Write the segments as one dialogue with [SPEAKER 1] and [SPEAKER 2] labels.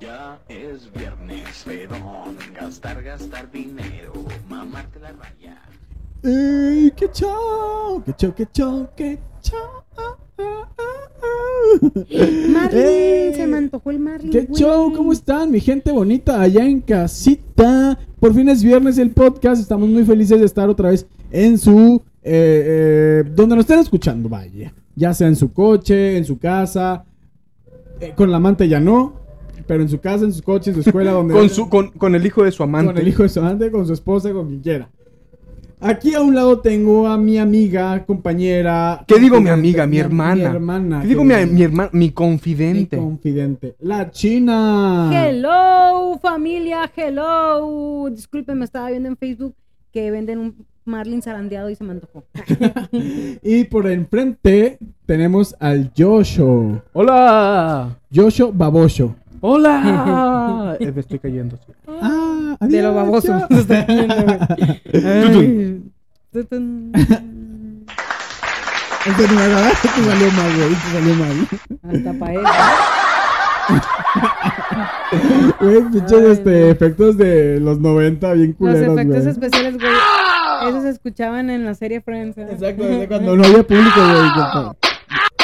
[SPEAKER 1] Ya es viernes, pedón. Gastar, gastar dinero. Mamarte la raya.
[SPEAKER 2] ¡Ey! ¡Qué chao! ¡Qué chao, qué chao, qué chao!
[SPEAKER 3] Marlin,
[SPEAKER 2] ¡Ey!
[SPEAKER 3] se me antojó el Marlin.
[SPEAKER 2] Eh, ¡Qué
[SPEAKER 3] güey.
[SPEAKER 2] show! ¿Cómo están, mi gente bonita allá en casita? Por fin es viernes el podcast. Estamos muy felices de estar otra vez en su. eh, eh, donde nos estén escuchando, vaya. Ya sea en su coche, en su casa. eh, con la amante ya no. Pero en su casa, en su coche, en su escuela, donde.
[SPEAKER 4] Con, su, con, con el hijo de su amante.
[SPEAKER 2] Con el hijo de su amante, con su esposa, con quien quiera. Aquí a un lado tengo a mi amiga, compañera.
[SPEAKER 4] ¿Qué digo mi amiga, mi hermana?
[SPEAKER 2] Mi hermana.
[SPEAKER 4] ¿Qué digo mi, mi hermana? Mi confidente.
[SPEAKER 2] Mi confidente. La China.
[SPEAKER 3] Hello, familia, hello. Disculpen, me estaba viendo en Facebook que venden un Marlin zarandeado y se me antojó.
[SPEAKER 2] Y por enfrente tenemos al Yosho.
[SPEAKER 4] ¡Hola!
[SPEAKER 2] Yosho Babosho.
[SPEAKER 4] ¡Hola! Eh, me estoy cayendo. sí.
[SPEAKER 2] Ah,
[SPEAKER 3] De lo
[SPEAKER 2] adiós,
[SPEAKER 3] baboso.
[SPEAKER 2] ya.
[SPEAKER 3] Se está cayendo, güey.
[SPEAKER 4] Tutun.
[SPEAKER 3] Tutun.
[SPEAKER 2] Este no me va a dar, este salió mal, güey. Este salió mal.
[SPEAKER 3] Hasta pa' él.
[SPEAKER 2] Güey, pinches
[SPEAKER 3] Ay,
[SPEAKER 2] este,
[SPEAKER 3] no.
[SPEAKER 2] efectos de los 90 bien
[SPEAKER 3] Los
[SPEAKER 2] culeros,
[SPEAKER 3] efectos
[SPEAKER 2] güey.
[SPEAKER 3] especiales, güey. Esos se escuchaban en la serie Friends. ¿eh?
[SPEAKER 2] Exacto, desde cuando no había público, güey. compa.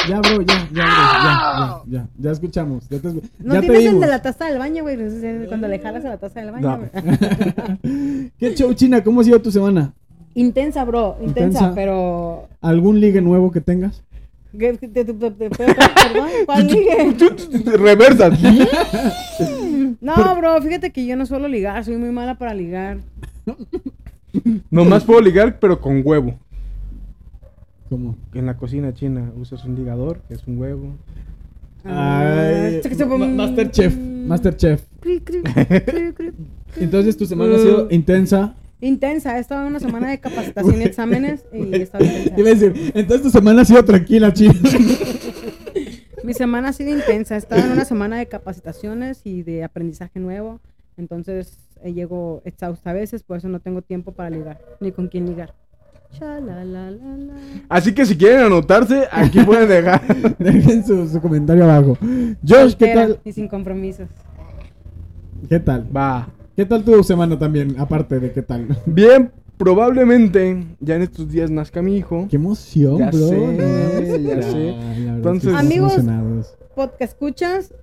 [SPEAKER 2] Ya, bro, ya, ya, bro, ya, ya, ya, ya escuchamos. Ya te,
[SPEAKER 3] No
[SPEAKER 2] ya te
[SPEAKER 3] tienes el
[SPEAKER 2] vimos.
[SPEAKER 3] de la taza del baño, güey. Ese es Cuando le jalas a la taza del baño,
[SPEAKER 2] No.
[SPEAKER 3] güey.
[SPEAKER 2] ¿Qué show, China? ¿Cómo ha sido tu semana?
[SPEAKER 3] Intensa, bro. Intensa,
[SPEAKER 2] Intensa.
[SPEAKER 3] pero.
[SPEAKER 2] ¿Algún ligue nuevo que tengas?
[SPEAKER 3] ¿Qué- qué- te- te- te- te- Perdón, ¿cuál ligue?
[SPEAKER 4] Reversa.
[SPEAKER 3] No, bro, fíjate que yo no suelo ligar, soy muy mala para ligar.
[SPEAKER 4] Nomás puedo ligar, pero con huevo.
[SPEAKER 2] ¿Cómo?
[SPEAKER 4] En la cocina china usas un ligador, que es un huevo.
[SPEAKER 3] Ah,
[SPEAKER 2] Ay,
[SPEAKER 3] chaca, chaca,
[SPEAKER 2] Ma-
[SPEAKER 3] mm,
[SPEAKER 2] Masterchef,
[SPEAKER 3] mm.
[SPEAKER 2] Masterchef.
[SPEAKER 3] Cri, cri, cri, cri.
[SPEAKER 2] Entonces tu semana ha sido
[SPEAKER 3] Mm.
[SPEAKER 2] intensa.
[SPEAKER 3] Intensa, he estado en una semana de capacitación y exámenes y he estado intensa.
[SPEAKER 2] Iba a decir, entonces tu semana ha sido tranquila, China.
[SPEAKER 3] Mi semana ha sido intensa. Estaba en una semana de capacitaciones y de aprendizaje nuevo. Entonces eh, llego exhausta a veces, por eso no tengo tiempo para ligar, ni con quién ligar. Chalalalala.
[SPEAKER 4] Así que si quieren anotarse, aquí pueden dejar.
[SPEAKER 2] Dejen su, su comentario abajo. Josh, ¿qué
[SPEAKER 3] Soltera
[SPEAKER 2] tal?
[SPEAKER 3] Y sin compromisos.
[SPEAKER 2] ¿Qué tal?
[SPEAKER 4] Va.
[SPEAKER 2] ¿Qué tal tu semana también? Aparte de qué tal.
[SPEAKER 4] Bien, probablemente ya en estos días nazca mi hijo.
[SPEAKER 2] Qué emoción,
[SPEAKER 4] Ya
[SPEAKER 2] bro.
[SPEAKER 4] sé,
[SPEAKER 2] No,
[SPEAKER 4] ya
[SPEAKER 2] no,
[SPEAKER 4] sé.
[SPEAKER 2] la verdad
[SPEAKER 4] Entonces-
[SPEAKER 2] que estamos
[SPEAKER 3] Amigos,
[SPEAKER 2] emocionados.
[SPEAKER 3] Podcast escuchas.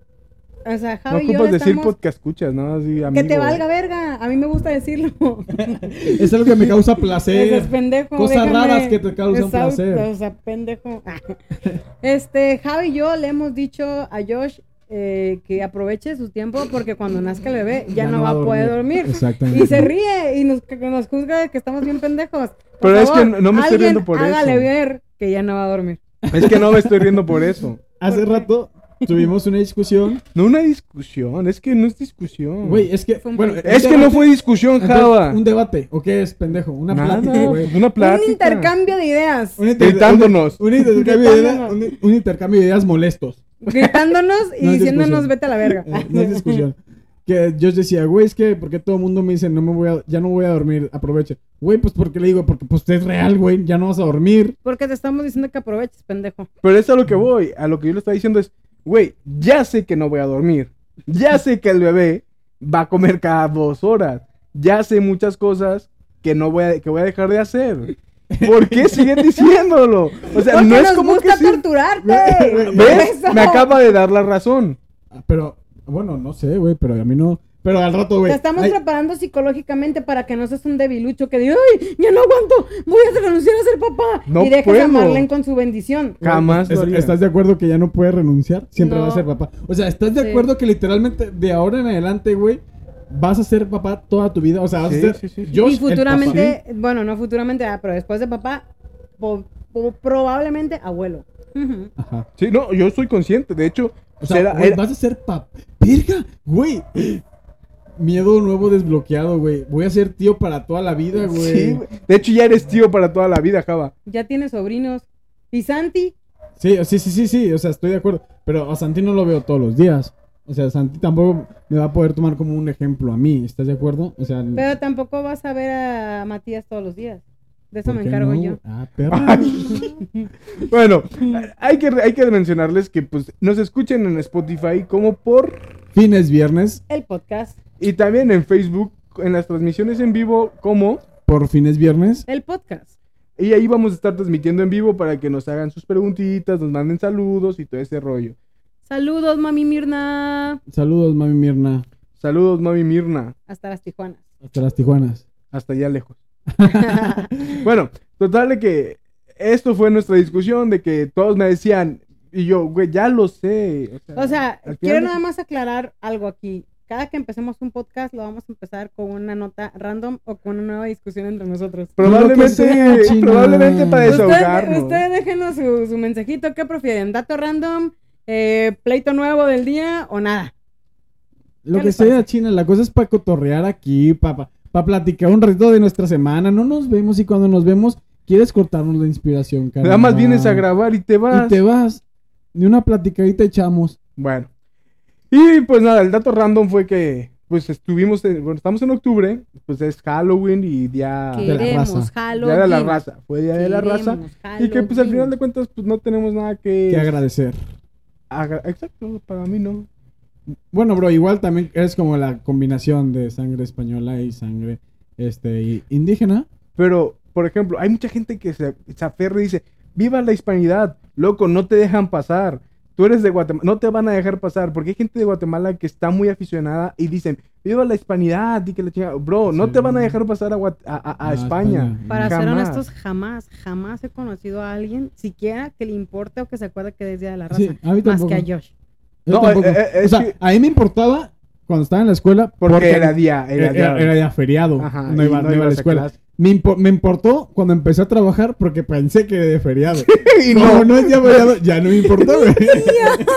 [SPEAKER 3] O sea,
[SPEAKER 4] No
[SPEAKER 3] Javi y yo
[SPEAKER 4] ocupas decir
[SPEAKER 3] estamos-
[SPEAKER 4] podcast escuchas, nada más di
[SPEAKER 3] Que
[SPEAKER 4] amigo.
[SPEAKER 3] te valga verga. A mí me gusta decirlo.
[SPEAKER 2] Es algo que me causa placer.
[SPEAKER 4] Este,
[SPEAKER 3] Ese es pendejo.
[SPEAKER 2] Cosas
[SPEAKER 3] déjame-
[SPEAKER 2] raras que te causan
[SPEAKER 3] Exacto,
[SPEAKER 2] placer.
[SPEAKER 3] O sea, pendejo. Este, Javi y yo le hemos dicho a Josh eh, que aproveche su tiempo porque cuando nazca el bebé ya, no, va a poder dormir.
[SPEAKER 2] Exactamente.
[SPEAKER 3] Y se ríe y nos, que nos juzga de que estamos bien pendejos. Por
[SPEAKER 4] Pero es que
[SPEAKER 3] favor,
[SPEAKER 4] no- no me estoy
[SPEAKER 3] alguien
[SPEAKER 4] riendo por eso.
[SPEAKER 3] Hágale ver que ya no va a dormir.
[SPEAKER 4] Es que no me estoy riendo por eso.
[SPEAKER 2] Hace rato tuvimos una discusión.
[SPEAKER 4] No una discusión, es que no es discusión.
[SPEAKER 2] Güey, es que.
[SPEAKER 3] Fue un
[SPEAKER 2] Bueno,
[SPEAKER 3] pleito.
[SPEAKER 4] es que no fue discusión,
[SPEAKER 2] Entonces,
[SPEAKER 4] Mm. Java.
[SPEAKER 2] Un debate. ¿O qué es, pendejo? Una
[SPEAKER 4] Nada,
[SPEAKER 2] plática, güey.
[SPEAKER 4] pues, una plática.
[SPEAKER 3] Un intercambio de ideas.
[SPEAKER 2] Un inter-
[SPEAKER 4] Gritándonos.
[SPEAKER 2] Un, un intercambio de ideas,
[SPEAKER 3] Gritándonos.
[SPEAKER 2] un, un intercambio de ideas molestos.
[SPEAKER 3] Gritándonos y
[SPEAKER 2] No es
[SPEAKER 3] diciéndonos
[SPEAKER 2] discusión.
[SPEAKER 3] vete a la verga.
[SPEAKER 2] Eh, no es discusión. Que yo decía, güey, es que porque todo el mundo me dice, no me voy a, ya no voy a dormir, aproveche. Güey, pues porque le digo, porque pues es real, güey, ya no vas a dormir.
[SPEAKER 3] Porque te estamos diciendo que aproveches, pendejo.
[SPEAKER 4] Pero es a lo que voy, a lo que yo le estaba diciendo es, güey, ya sé que no voy a dormir. Ya sé que el bebé va a comer cada dos horas. Ya sé muchas cosas que no voy a, que voy a dejar de hacer. ¿Por qué siguen diciéndolo? O sea,
[SPEAKER 3] Porque
[SPEAKER 4] no es
[SPEAKER 3] nos
[SPEAKER 4] como que
[SPEAKER 3] gusta
[SPEAKER 4] sí.
[SPEAKER 3] torturarte.
[SPEAKER 4] ¿Ves?
[SPEAKER 3] Por
[SPEAKER 4] Me
[SPEAKER 3] eso.
[SPEAKER 4] acaba de dar la razón.
[SPEAKER 2] Ah, Pero, bueno, no sé, güey, pero a mí no. Pero al rato, güey.
[SPEAKER 3] Te estamos
[SPEAKER 2] Pues, ay,
[SPEAKER 3] preparando psicológicamente para que no seas un debilucho que diga, ¡ay! ¡Ya no aguanto! ¡Voy a renunciar a ser papá!
[SPEAKER 4] No
[SPEAKER 3] y dejes a
[SPEAKER 4] puedo.
[SPEAKER 3] Marlene con su bendición.
[SPEAKER 4] Jamás
[SPEAKER 2] es-
[SPEAKER 4] lo haría.
[SPEAKER 2] ¿Estás de acuerdo que ya no puedes renunciar? Siempre
[SPEAKER 3] No.
[SPEAKER 2] vas a ser papá. O sea, ¿estás de
[SPEAKER 3] Sí.
[SPEAKER 2] acuerdo que literalmente de ahora en adelante, güey, vas a ser papá toda tu vida? O sea, vas a
[SPEAKER 4] Sí,
[SPEAKER 2] ser
[SPEAKER 4] sí, sí, sí.
[SPEAKER 2] Josh,
[SPEAKER 3] y
[SPEAKER 2] el papá.
[SPEAKER 3] futuramente, bueno, no futuramente, ah, pero después de papá, po- po- probablemente abuelo. Ujú.
[SPEAKER 2] Ajá.
[SPEAKER 4] Sí, no, yo soy consciente. De hecho,
[SPEAKER 2] O
[SPEAKER 4] pues
[SPEAKER 2] sea,
[SPEAKER 4] era-
[SPEAKER 2] güey,
[SPEAKER 4] era-
[SPEAKER 2] vas a ser pap... ¡Verga! ¡Güey! Miedo nuevo desbloqueado, güey. Voy a ser tío para toda la vida, güey.
[SPEAKER 4] Sí, güey. de hecho ya eres tío para toda la vida, Java.
[SPEAKER 3] Ya tiene sobrinos. Y Santi,
[SPEAKER 2] Sí, sí, sí, sí, sí. O sea, estoy de acuerdo. Pero a Santi no lo veo todos los días. O sea, Santi tampoco me va a poder tomar Mm. como un ejemplo a mí. ¿Estás de acuerdo? O sea,
[SPEAKER 3] pero tampoco vas a ver a Matías todos los días. De eso
[SPEAKER 2] ¿Por
[SPEAKER 3] me
[SPEAKER 2] qué
[SPEAKER 3] encargo
[SPEAKER 2] no?
[SPEAKER 3] yo.
[SPEAKER 2] Ah, perro.
[SPEAKER 4] Ay. bueno, hay que, hay que mencionarles que pues nos escuchen en Spotify como por
[SPEAKER 2] Fines viernes,
[SPEAKER 3] El podcast.
[SPEAKER 4] y también en Facebook en las transmisiones en vivo como
[SPEAKER 2] por fines viernes.
[SPEAKER 3] El podcast.
[SPEAKER 4] y ahí vamos a estar transmitiendo en vivo para que nos hagan sus preguntitas, nos manden saludos y todo ese rollo.
[SPEAKER 3] Saludos, mami Mirna.
[SPEAKER 2] Saludos, mami Mirna.
[SPEAKER 4] Saludos, mami Mirna,
[SPEAKER 3] Hasta las Tijuanas.
[SPEAKER 2] Hasta las Tijuanas.
[SPEAKER 4] hasta allá lejos. Bueno, total de que esto fue nuestra discusión de que todos me decían y yo, güey, ya lo sé.
[SPEAKER 3] o sea,
[SPEAKER 4] al final
[SPEAKER 3] quiero
[SPEAKER 4] de-
[SPEAKER 3] nada más aclarar algo aquí. Cada que empecemos un podcast lo vamos a empezar con una nota random o con una nueva discusión entre nosotros.
[SPEAKER 4] Probablemente,
[SPEAKER 2] sea, chingada.
[SPEAKER 4] probablemente para
[SPEAKER 2] Ustedes-
[SPEAKER 4] desahogarnos.
[SPEAKER 3] Ustedes, ustedes déjenos su, su mensajito. ¿Qué prefieren? ¿Dato random? Eh, ¿Pleito nuevo del día o nada?
[SPEAKER 2] Lo
[SPEAKER 3] ¿Qué
[SPEAKER 2] que
[SPEAKER 3] les
[SPEAKER 2] sea,
[SPEAKER 3] parece?
[SPEAKER 2] China, la cosa es para cotorrear aquí, para platicar un reto de nuestra semana. No nos vemos y cuando nos vemos, quieres cortarnos la inspiración, cara.
[SPEAKER 4] Nada más vienes a grabar y te vas.
[SPEAKER 2] Y te vas. Ni una platicadita echamos.
[SPEAKER 4] Bueno. Y pues nada, el dato random fue que pues estuvimos, en- bueno, estamos en octubre, pues es Halloween y día,
[SPEAKER 2] de la
[SPEAKER 3] Queremos
[SPEAKER 2] raza.
[SPEAKER 4] día Ah, de la
[SPEAKER 3] Halloween.
[SPEAKER 4] raza. Fue día de la raza.
[SPEAKER 3] Queremos
[SPEAKER 4] Y que pues al
[SPEAKER 3] Halloween.
[SPEAKER 4] final de cuentas pues no tenemos nada
[SPEAKER 2] Que
[SPEAKER 4] que...
[SPEAKER 2] agradecer.
[SPEAKER 4] agra- Exacto, para mí no.
[SPEAKER 2] Bueno, bro, igual también es como la combinación de sangre española y sangre este y indígena.
[SPEAKER 4] Pero, por ejemplo, hay mucha gente que se, se aferra y dice, viva la hispanidad, loco, no te dejan pasar. Tú eres de Guatemala, no te van a dejar pasar, porque hay gente de Guatemala que está muy aficionada y dicen, viva la hispanidad, y que la chingada. Bro, no
[SPEAKER 2] Sí.
[SPEAKER 4] te van a dejar pasar a, Guat- a, a- a
[SPEAKER 2] Ah,
[SPEAKER 4] España.
[SPEAKER 3] Para ser
[SPEAKER 4] Jamás.
[SPEAKER 3] honestos, jamás, jamás he conocido a alguien siquiera que le importe o que se acuerde que es Día de la Raza.
[SPEAKER 2] Sí, a mí
[SPEAKER 3] más
[SPEAKER 2] tampoco.
[SPEAKER 3] que a Josh.
[SPEAKER 2] Yo
[SPEAKER 4] No,
[SPEAKER 2] tampoco.
[SPEAKER 4] eh, eh,
[SPEAKER 2] o
[SPEAKER 4] es
[SPEAKER 2] sea,
[SPEAKER 4] que-
[SPEAKER 2] a mí me importaba cuando estaba en la escuela
[SPEAKER 4] Porque, era día, era
[SPEAKER 2] era,
[SPEAKER 4] día.
[SPEAKER 2] era ya feriado.
[SPEAKER 4] Ajá,
[SPEAKER 2] no
[SPEAKER 4] y
[SPEAKER 2] iba,
[SPEAKER 4] no
[SPEAKER 2] no iba a la
[SPEAKER 4] ibas a
[SPEAKER 2] escuela.
[SPEAKER 4] clase.
[SPEAKER 2] Me, impo- me importó cuando empecé a trabajar porque pensé que era de feriado.
[SPEAKER 4] Y
[SPEAKER 2] Como
[SPEAKER 4] no,
[SPEAKER 2] no es día feriado, ya no me importó, güey.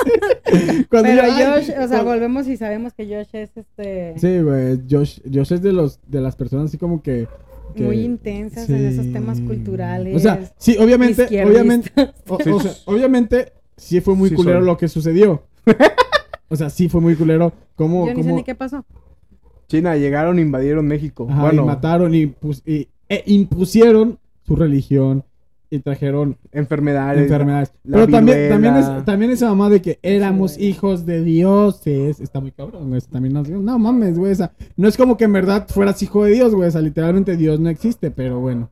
[SPEAKER 2] cuando
[SPEAKER 3] Pero
[SPEAKER 2] ya- ay,
[SPEAKER 3] Josh, o sea,
[SPEAKER 2] cuando-
[SPEAKER 3] volvemos y sabemos que Josh es este
[SPEAKER 2] Sí, güey. Josh, Josh es de, los, de las personas así como que. que-
[SPEAKER 3] muy intensas en esos temas
[SPEAKER 2] Sí.
[SPEAKER 3] culturales.
[SPEAKER 2] O sea, sí, obviamente.
[SPEAKER 3] izquierdistas.
[SPEAKER 2] Obviamente, o-
[SPEAKER 4] Sí.
[SPEAKER 2] o sea, obviamente, sí fue muy
[SPEAKER 4] Sí
[SPEAKER 2] culero
[SPEAKER 4] soy.
[SPEAKER 2] lo que sucedió. O sea, sí fue muy culero. Como,
[SPEAKER 3] Yo ni sé ni qué pasó.
[SPEAKER 4] China, llegaron, invadieron México.
[SPEAKER 2] Ajá,
[SPEAKER 4] bueno,
[SPEAKER 2] y mataron y, pus- y- e impusieron su religión y trajeron
[SPEAKER 4] enfermedades.
[SPEAKER 2] enfermedades.
[SPEAKER 4] la
[SPEAKER 2] Pero también,
[SPEAKER 4] viruela.
[SPEAKER 2] también, es- también esa mamá de que éramos
[SPEAKER 3] güey.
[SPEAKER 2] hijos de dioses. Está muy cabrón, güey. También no, no mames, güey. esa- no es como que en verdad fueras hijo de Dios, güey. O sea, literalmente Dios no existe, pero bueno.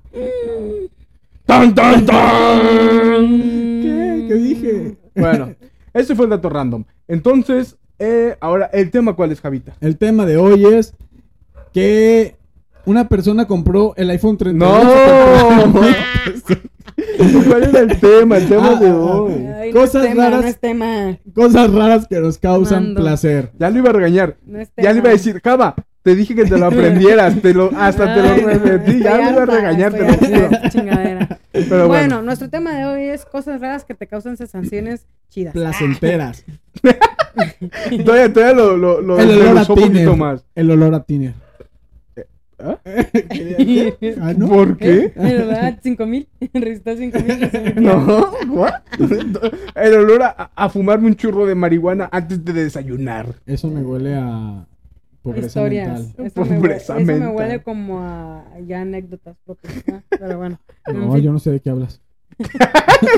[SPEAKER 4] ¡Tan, tan, tan!
[SPEAKER 3] Mm.
[SPEAKER 2] ¿Qué? ¿Qué dije?
[SPEAKER 4] Bueno, ese fue el dato random. Entonces, eh, ahora, ¿el tema cuál es, Javita?
[SPEAKER 2] El tema de hoy es que una persona compró el iPhone 32.
[SPEAKER 4] ¡No! ¿Cuál era el tema? El tema
[SPEAKER 2] Ah,
[SPEAKER 4] de
[SPEAKER 2] ah,
[SPEAKER 4] hoy.
[SPEAKER 3] Ay,
[SPEAKER 2] Cosas
[SPEAKER 3] no es tema,
[SPEAKER 2] raras.
[SPEAKER 3] No es tema.
[SPEAKER 2] Cosas raras que nos causan
[SPEAKER 3] Mando.
[SPEAKER 2] placer.
[SPEAKER 4] Ya lo iba a regañar.
[SPEAKER 3] No es
[SPEAKER 4] Ya le iba a
[SPEAKER 3] tema.
[SPEAKER 4] decir, Java, te dije que te lo aprendieras. te lo, hasta te lo
[SPEAKER 3] Ay, no,
[SPEAKER 4] repetí. Ya
[SPEAKER 3] estoy
[SPEAKER 4] lo iba a
[SPEAKER 3] harta,
[SPEAKER 4] regañar,
[SPEAKER 3] estoy
[SPEAKER 4] te lo
[SPEAKER 3] harta de
[SPEAKER 4] juro.
[SPEAKER 3] esta chingadera.
[SPEAKER 4] Pero
[SPEAKER 3] bueno,
[SPEAKER 4] bueno.
[SPEAKER 3] nuestro tema de hoy es cosas raras que te causan sensaciones chidas.
[SPEAKER 2] Placenteras.
[SPEAKER 4] Todavía, todavía lo, lo, lo
[SPEAKER 2] el olor a
[SPEAKER 4] desmenuzó un poquito
[SPEAKER 2] tiner.
[SPEAKER 4] más.
[SPEAKER 2] El olor a tiner.
[SPEAKER 4] ¿Ah?
[SPEAKER 2] Ah, ¿no?
[SPEAKER 4] ¿Por qué?
[SPEAKER 3] ¿Eh? ¿Verdad? ¿Cinco mil? ¿Registró cinco mil?
[SPEAKER 4] No, ¿what? El olor a, a fumarme un churro de marihuana antes de desayunar.
[SPEAKER 2] Eso me huele a pobreza
[SPEAKER 3] Historias.
[SPEAKER 2] mental.
[SPEAKER 3] Eso me, hue-
[SPEAKER 4] Pobreza
[SPEAKER 3] eso me
[SPEAKER 4] mental.
[SPEAKER 3] huele como a ya anécdotas propias. ¿no? Pero bueno. en
[SPEAKER 2] No,
[SPEAKER 3] fin.
[SPEAKER 2] yo no sé de qué hablas.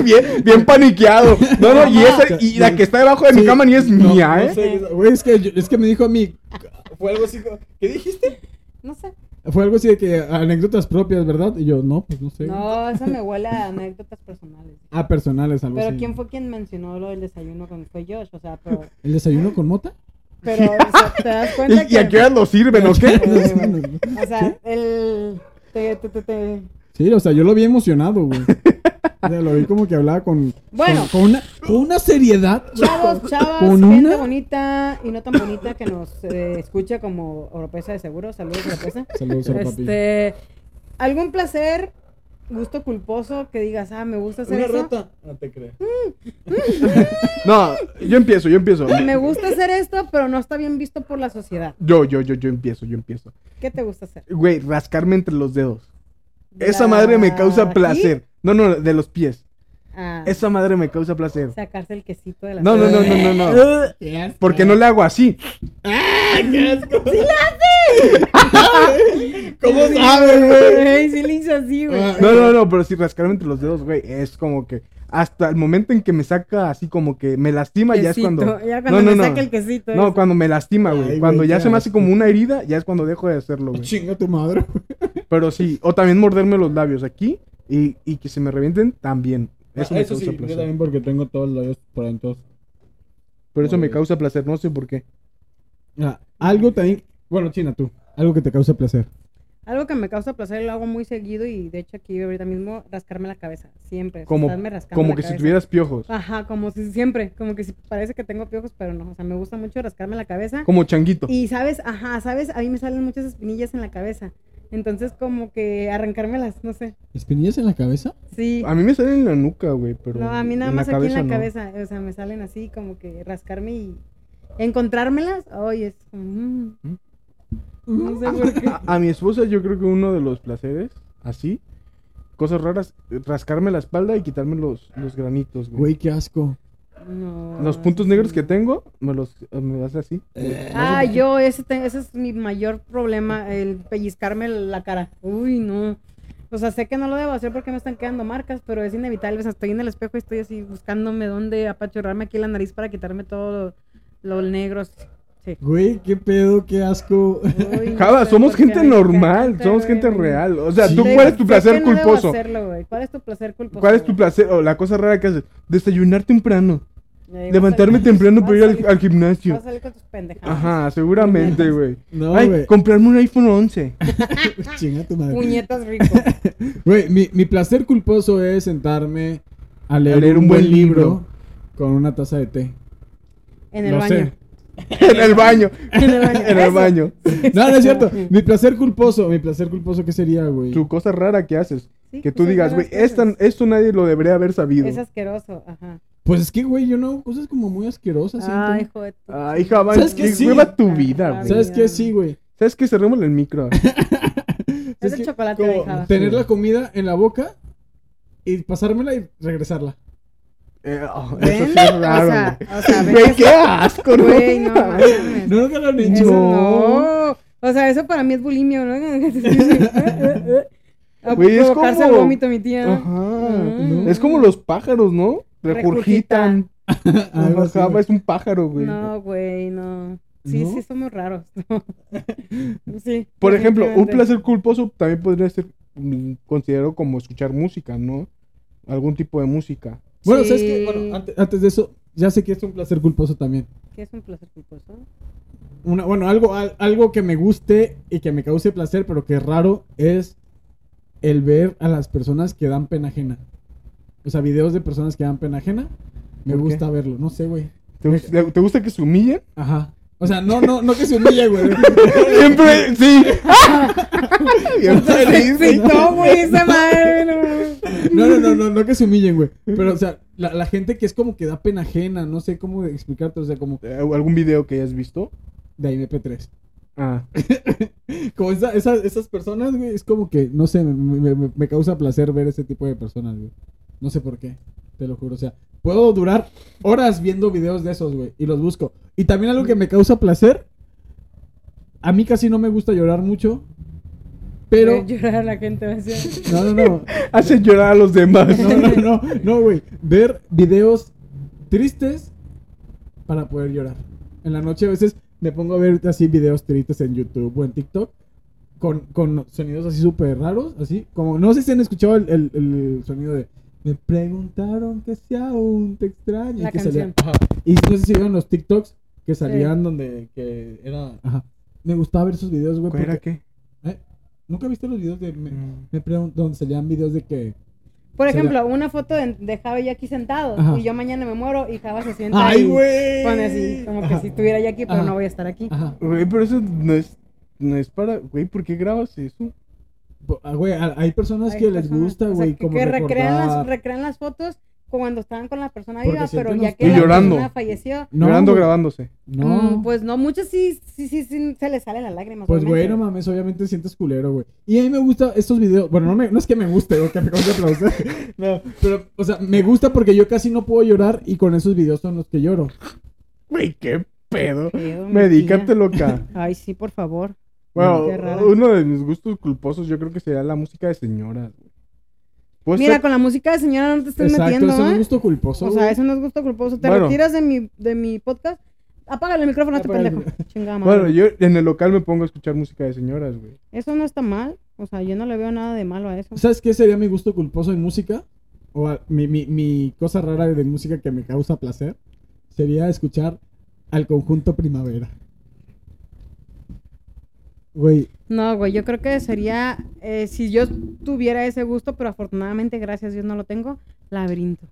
[SPEAKER 4] Bien, bien paniqueado. No, no, y, esa, y la que está debajo de mi
[SPEAKER 2] Sí,
[SPEAKER 4] cama ni es
[SPEAKER 2] no,
[SPEAKER 4] mía,
[SPEAKER 2] no
[SPEAKER 4] ¿eh?
[SPEAKER 2] sé, güey, es que, yo- es que me dijo a mí. Fue algo así. como- ¿Qué dijiste?
[SPEAKER 3] No sé.
[SPEAKER 2] Fue algo así de que anécdotas propias, ¿verdad? Y yo, no, pues no sé.
[SPEAKER 3] No, eso me huele a anécdotas personales.
[SPEAKER 2] Ah, personales, algo
[SPEAKER 3] Pero
[SPEAKER 2] así.
[SPEAKER 3] ¿quién fue quien mencionó lo del desayuno con fue Josh? O sea, pero,
[SPEAKER 2] ¿El desayuno con mota?
[SPEAKER 3] pero o sea, te das cuenta
[SPEAKER 4] ¿Y,
[SPEAKER 3] que...
[SPEAKER 4] y a qué hora lo sirven o qué?
[SPEAKER 3] O sea, el... Te, te, te, te-
[SPEAKER 2] Sí, o sea, yo lo vi emocionado, güey. O sea, lo vi como que hablaba con.
[SPEAKER 3] Bueno.
[SPEAKER 2] Con, con una, con una seriedad.
[SPEAKER 3] Chavos, chavas,
[SPEAKER 2] ¿Con
[SPEAKER 3] gente
[SPEAKER 2] una?
[SPEAKER 3] bonita y no tan bonita que nos eh, escucha como Oropesa de Seguro. Saludos, Oropesa.
[SPEAKER 2] Saludos al papi.
[SPEAKER 3] Este, algún placer, gusto culposo que digas, ah, me gusta hacer eso. ¿Mm?
[SPEAKER 2] No te creas.
[SPEAKER 4] No, yo empiezo, yo empiezo.
[SPEAKER 3] Me gusta hacer esto, pero no está bien visto por la sociedad.
[SPEAKER 4] Yo, yo, yo, yo empiezo, yo empiezo.
[SPEAKER 3] ¿Qué te gusta hacer?
[SPEAKER 4] Güey, rascarme entre los dedos. Esa
[SPEAKER 3] La-
[SPEAKER 4] madre me causa
[SPEAKER 3] aquí,
[SPEAKER 4] placer. No, no, de los pies.
[SPEAKER 3] ah,
[SPEAKER 4] Esa madre me causa placer.
[SPEAKER 3] Sacarse el quesito de la
[SPEAKER 4] No, no, no, no, no, no. Porque no le hago así.
[SPEAKER 2] ¿Cómo
[SPEAKER 3] Sí,
[SPEAKER 2] sabes, güey?
[SPEAKER 3] güey, Sí le hizo así, güey.
[SPEAKER 2] Ah,
[SPEAKER 4] No, no, no, pero si rascarme entre los dedos, güey, es como que hasta el momento en que me saca así como que me lastima, ya es
[SPEAKER 3] Quesito,
[SPEAKER 4] cuando...
[SPEAKER 3] ya cuando
[SPEAKER 4] no,
[SPEAKER 3] me
[SPEAKER 4] no, no.
[SPEAKER 3] saca el quesito.
[SPEAKER 4] No,
[SPEAKER 3] ese.
[SPEAKER 4] cuando me lastima,
[SPEAKER 2] Ay,
[SPEAKER 4] güey.
[SPEAKER 2] güey,
[SPEAKER 4] Cuando ya
[SPEAKER 2] qué
[SPEAKER 4] se me hace
[SPEAKER 2] asco.
[SPEAKER 4] como una herida, ya es cuando dejo de hacerlo, güey.
[SPEAKER 2] Chinga tu madre.
[SPEAKER 4] Pero sí, o también morderme los labios aquí y, y que se me revienten también. Eso
[SPEAKER 2] Ah,
[SPEAKER 4] me
[SPEAKER 2] Eso
[SPEAKER 4] causa
[SPEAKER 2] sí, yo
[SPEAKER 4] placer.
[SPEAKER 2] también porque tengo todos los labios por entonces.
[SPEAKER 4] Pero eso me
[SPEAKER 2] Joder.
[SPEAKER 4] causa placer, no sé por qué.
[SPEAKER 2] Ah, algo también. Bueno, China, tú. Algo que te cause placer.
[SPEAKER 3] Algo que me causa placer, lo hago muy seguido y de hecho aquí ahorita mismo rascarme la cabeza. Siempre. o sea,
[SPEAKER 4] Como,
[SPEAKER 3] estarme rascando
[SPEAKER 4] como
[SPEAKER 3] la
[SPEAKER 4] que si
[SPEAKER 3] cabeza.
[SPEAKER 4] tuvieras piojos.
[SPEAKER 3] Ajá, como si siempre. Como que si parece que tengo piojos, pero no. O sea, me gusta mucho rascarme la cabeza.
[SPEAKER 4] Como changuito.
[SPEAKER 3] Y sabes, ajá, sabes, a mí me salen muchas espinillas en la cabeza. Entonces, como que arrancármelas, no sé.
[SPEAKER 2] ¿Espinillas en la cabeza?
[SPEAKER 3] Sí.
[SPEAKER 4] A mí me salen en la nuca, güey, pero.
[SPEAKER 3] no, a mí nada
[SPEAKER 4] en la
[SPEAKER 3] más aquí en la
[SPEAKER 4] no.
[SPEAKER 3] cabeza. O sea, me salen así, como que rascarme y encontrármelas. Ay, es como. mm.
[SPEAKER 4] ¿Mm?
[SPEAKER 3] No sé por qué.
[SPEAKER 4] A, a mi esposa, yo creo que uno de los placeres, así, cosas raras, rascarme la espalda y quitarme los, los granitos, güey.
[SPEAKER 2] Güey, qué asco.
[SPEAKER 3] No,
[SPEAKER 4] Los puntos
[SPEAKER 3] sí.
[SPEAKER 4] negros que tengo, me los me hace así.
[SPEAKER 2] Eh,
[SPEAKER 3] Ah, yo, ese, te- ese es mi mayor problema, el pellizcarme la cara. Uy, no. O sea, sé que no lo debo hacer porque me están quedando marcas, pero es inevitable. O sea, estoy en el espejo y estoy así buscándome dónde apachurrarme aquí la nariz para quitarme todo lo, lo negro. Sí.
[SPEAKER 2] Güey, qué pedo, qué asco.
[SPEAKER 3] Uy, no
[SPEAKER 4] Java,
[SPEAKER 3] sé
[SPEAKER 4] somos
[SPEAKER 3] por qué
[SPEAKER 4] gente
[SPEAKER 3] me
[SPEAKER 4] normal,
[SPEAKER 3] encanta,
[SPEAKER 4] somos gente
[SPEAKER 3] güey.
[SPEAKER 4] real. O sea,
[SPEAKER 2] Sí.
[SPEAKER 4] ¿tú
[SPEAKER 3] Sé-
[SPEAKER 4] cuál es tu
[SPEAKER 3] sé
[SPEAKER 4] placer
[SPEAKER 3] que no debo
[SPEAKER 4] culposo?
[SPEAKER 3] hacerlo, güey. ¿Cuál es tu placer culposo?
[SPEAKER 4] Pues, ¿Cuál es tu
[SPEAKER 3] güey?
[SPEAKER 4] placer o la cosa rara que haces? Desayunar temprano,
[SPEAKER 3] Ahí vas a-
[SPEAKER 4] levantarme temprano
[SPEAKER 3] vas
[SPEAKER 4] para
[SPEAKER 3] a
[SPEAKER 4] ir al,
[SPEAKER 3] salir-
[SPEAKER 4] al gimnasio.
[SPEAKER 3] Vas a salir con tus pendejadas.
[SPEAKER 4] Ajá, seguramente, güey.
[SPEAKER 2] No,
[SPEAKER 4] Ay,
[SPEAKER 2] güey.
[SPEAKER 4] comprarme un iPhone 11.
[SPEAKER 2] Chinga tu madre.
[SPEAKER 3] Puñetas rico.
[SPEAKER 2] Güey, mi, mi placer culposo es sentarme a leer, un, buen libro con una taza de té.
[SPEAKER 3] En el
[SPEAKER 2] Lo
[SPEAKER 3] baño.
[SPEAKER 2] sé.
[SPEAKER 4] en el baño.
[SPEAKER 3] En el baño.
[SPEAKER 4] en el
[SPEAKER 3] Eso.
[SPEAKER 4] baño.
[SPEAKER 2] No, no es cierto. Mi placer culposo, mi placer culposo, ¿qué sería, güey?
[SPEAKER 4] Tu cosa rara que haces.
[SPEAKER 3] Sí, pues,
[SPEAKER 4] que tú
[SPEAKER 3] cosas
[SPEAKER 4] digas, güey,
[SPEAKER 3] raras que
[SPEAKER 4] esta-
[SPEAKER 3] haces.
[SPEAKER 4] esto nadie lo debería haber sabido.
[SPEAKER 3] Es asqueroso, ajá.
[SPEAKER 2] Pues es que, güey, yo no, cosas como muy asquerosas.
[SPEAKER 3] Ay,
[SPEAKER 2] siento.
[SPEAKER 3] hijo de tu-
[SPEAKER 4] Ay, Java,
[SPEAKER 2] ¿Sabes
[SPEAKER 4] qué
[SPEAKER 2] qué? Sí.
[SPEAKER 4] hueva tu
[SPEAKER 3] Ah,
[SPEAKER 4] vida, güey.
[SPEAKER 3] ¿sabes?
[SPEAKER 2] ¿Sabes qué? Sí, güey.
[SPEAKER 4] ¿Sabes qué? Cerremos el micro.
[SPEAKER 3] Es
[SPEAKER 2] Es
[SPEAKER 3] de
[SPEAKER 2] que
[SPEAKER 3] chocolate,
[SPEAKER 2] como
[SPEAKER 3] güey, Java.
[SPEAKER 2] Tener la comida en la boca y pasármela y regresarla.
[SPEAKER 4] Eh, oh,
[SPEAKER 3] ¿Ven?
[SPEAKER 4] eso sí es raro,
[SPEAKER 3] O sea,
[SPEAKER 4] güey.
[SPEAKER 3] o sea, ven
[SPEAKER 4] Güey,
[SPEAKER 3] eso-
[SPEAKER 4] qué asco, ¿no?
[SPEAKER 3] güey, no mames.
[SPEAKER 2] No, nunca lo han
[SPEAKER 3] Eso
[SPEAKER 2] hecho. Ah,
[SPEAKER 3] no. O sea, eso para mí es bulimia, ¿no? A
[SPEAKER 4] Güey, es
[SPEAKER 3] provocarse
[SPEAKER 4] como-
[SPEAKER 3] el vómito, mi tía.
[SPEAKER 4] Ajá.
[SPEAKER 3] Mm.
[SPEAKER 4] Es como los pájaros, ¿no? Regurgitan.
[SPEAKER 2] Algo
[SPEAKER 4] Ajá,
[SPEAKER 2] así,
[SPEAKER 4] Java
[SPEAKER 2] güey.
[SPEAKER 4] es un pájaro, güey.
[SPEAKER 3] No, güey, no. Sí,
[SPEAKER 2] ¿No?
[SPEAKER 3] sí, somos raros. sí.
[SPEAKER 4] Por ejemplo, un
[SPEAKER 3] definitivamente.
[SPEAKER 4] placer culposo también podría ser mm, considerado como escuchar música, ¿no? Algún tipo de música.
[SPEAKER 2] Bueno,
[SPEAKER 3] Sí.
[SPEAKER 2] ¿sabes qué? Bueno, antes, antes de eso, ya sé que es un placer culposo también.
[SPEAKER 3] ¿Qué es un placer culposo?
[SPEAKER 2] Una, bueno, algo, al- algo que me guste y que me cause placer, pero que es raro, es el ver a las personas que dan pena ajena. O sea, videos de personas que dan pena ajena. Me
[SPEAKER 4] ¿Por qué?
[SPEAKER 2] gusta verlo, no sé, güey.
[SPEAKER 4] ¿Te, gus- te- te gusta que se humillen?
[SPEAKER 2] Ajá. O sea, no, no, no que se humille, güey.
[SPEAKER 4] Siempre, sí. Siempre sí,
[SPEAKER 3] Sí,
[SPEAKER 4] güey.
[SPEAKER 3] no, güey, esa madre. no.
[SPEAKER 2] No, no, no, no, no que se humillen, güey. Pero, o sea, la, la gente que es como que da pena ajena, no sé cómo explicarte, o sea, como
[SPEAKER 4] Eh, ¿Algún video que hayas visto?
[SPEAKER 2] de ahí MP3.
[SPEAKER 4] Ah,
[SPEAKER 2] Como esa- esa- esas personas, güey, es como que, no sé, me, me- me- me causa placer ver ese tipo de personas, güey. No sé por qué, te lo juro. O sea, puedo durar horas viendo videos de esos, güey, y los busco. Y también algo que me causa placer, a mí casi no me gusta llorar mucho, pero...
[SPEAKER 3] Pero llorar a la gente va a ser.
[SPEAKER 2] No, no, no,
[SPEAKER 4] hace llorar a los demás.
[SPEAKER 2] no, no, no, no, güey. Ver videos tristes para poder llorar. En la noche a veces me pongo a ver así videos tristes en YouTube o en TikTok con, con sonidos así súper raros, así como, no sé si han escuchado el, el- el sonido de... Me preguntaron que si aún te extraño. y
[SPEAKER 3] La
[SPEAKER 2] que salía-
[SPEAKER 3] canción.
[SPEAKER 2] ajá. Y no sé si vieron los TikToks que salían donde que era... Ajá. Me gustaba ver esos videos, güey.
[SPEAKER 4] ¿Cuál era
[SPEAKER 2] porque-
[SPEAKER 4] qué?
[SPEAKER 2] ¿Eh? ¿Nunca viste los videos de... Me,
[SPEAKER 4] Mm.
[SPEAKER 2] me pregun- donde salían videos de que...
[SPEAKER 3] Por
[SPEAKER 2] Sería-
[SPEAKER 3] ejemplo, una foto de, de Java y yo aquí sentados
[SPEAKER 2] Ajá.
[SPEAKER 3] y yo mañana me muero y Java se sienta
[SPEAKER 2] ¡Ay,
[SPEAKER 3] ahí.
[SPEAKER 2] güey!
[SPEAKER 3] Pone así, como que
[SPEAKER 2] Ajá.
[SPEAKER 3] si estuviera yo aquí, pero
[SPEAKER 2] Ajá.
[SPEAKER 3] no voy a estar aquí.
[SPEAKER 2] Ajá.
[SPEAKER 4] Güey, pero eso no es, no es para... Güey, ¿por qué grabas eso?
[SPEAKER 2] Po- ah, güey, a- hay personas
[SPEAKER 3] Hay
[SPEAKER 2] que les
[SPEAKER 3] personas,
[SPEAKER 2] gusta,
[SPEAKER 3] o sea,
[SPEAKER 2] güey,
[SPEAKER 3] que-
[SPEAKER 2] como
[SPEAKER 3] que recrean las,
[SPEAKER 2] recordar.
[SPEAKER 3] recrean las fotos cuando estaban con la persona
[SPEAKER 2] Porque
[SPEAKER 3] viva, pero
[SPEAKER 2] sienten
[SPEAKER 3] ya
[SPEAKER 2] los-
[SPEAKER 3] que
[SPEAKER 4] Y
[SPEAKER 3] la
[SPEAKER 4] llorando.
[SPEAKER 3] persona falleció.
[SPEAKER 2] No,
[SPEAKER 4] Llorando,
[SPEAKER 2] güey.
[SPEAKER 4] grabándose.
[SPEAKER 2] No,
[SPEAKER 3] mm,
[SPEAKER 2] pues,
[SPEAKER 3] pues no, muchas sí, sí, sí, sí se les salen las lágrimas.
[SPEAKER 2] güey, no
[SPEAKER 3] obviamente.
[SPEAKER 2] mames, obviamente sientes culero, güey. Y a mí me gusta estos videos, bueno, no, me- no es que me guste, güey, que me cause placer. no, pero, o sea, me gusta porque yo casi no puedo llorar y con esos videos son los que lloro.
[SPEAKER 4] Güey, qué pedo.
[SPEAKER 3] Creo, mi tía.
[SPEAKER 4] Medícatelo acá.
[SPEAKER 3] Ay, sí, por favor.
[SPEAKER 4] Bueno,
[SPEAKER 3] Qué rara.
[SPEAKER 4] uno de mis gustos culposos yo creo que sería la música de señoras, güey. Pues Puede
[SPEAKER 3] Mira,
[SPEAKER 4] ser-
[SPEAKER 3] con la música de señora no te estés
[SPEAKER 2] Pues eh, Exacto,
[SPEAKER 3] metiendo,
[SPEAKER 2] eso es
[SPEAKER 3] ¿eh?
[SPEAKER 2] un gusto culposo.
[SPEAKER 3] O sea,
[SPEAKER 2] güey.
[SPEAKER 3] eso no es gusto culposo. Te
[SPEAKER 4] Bueno.
[SPEAKER 3] retiras de mi, de mi podcast. Apágale el micrófono a este
[SPEAKER 2] Apágale.
[SPEAKER 3] pendejo. Chingada madre.
[SPEAKER 4] Bueno, yo en el local me pongo a escuchar música de señoras, güey.
[SPEAKER 3] Eso no está mal. O sea, yo no le veo nada de malo a eso.
[SPEAKER 2] ¿Sabes qué sería mi gusto culposo en música? O a- mi, mi- mi cosa rara de música que me causa placer sería escuchar al conjunto Primavera. Güey,
[SPEAKER 3] No, güey, yo creo que sería, eh, si yo tuviera ese gusto, pero afortunadamente, gracias a Dios, no lo tengo, laberinto.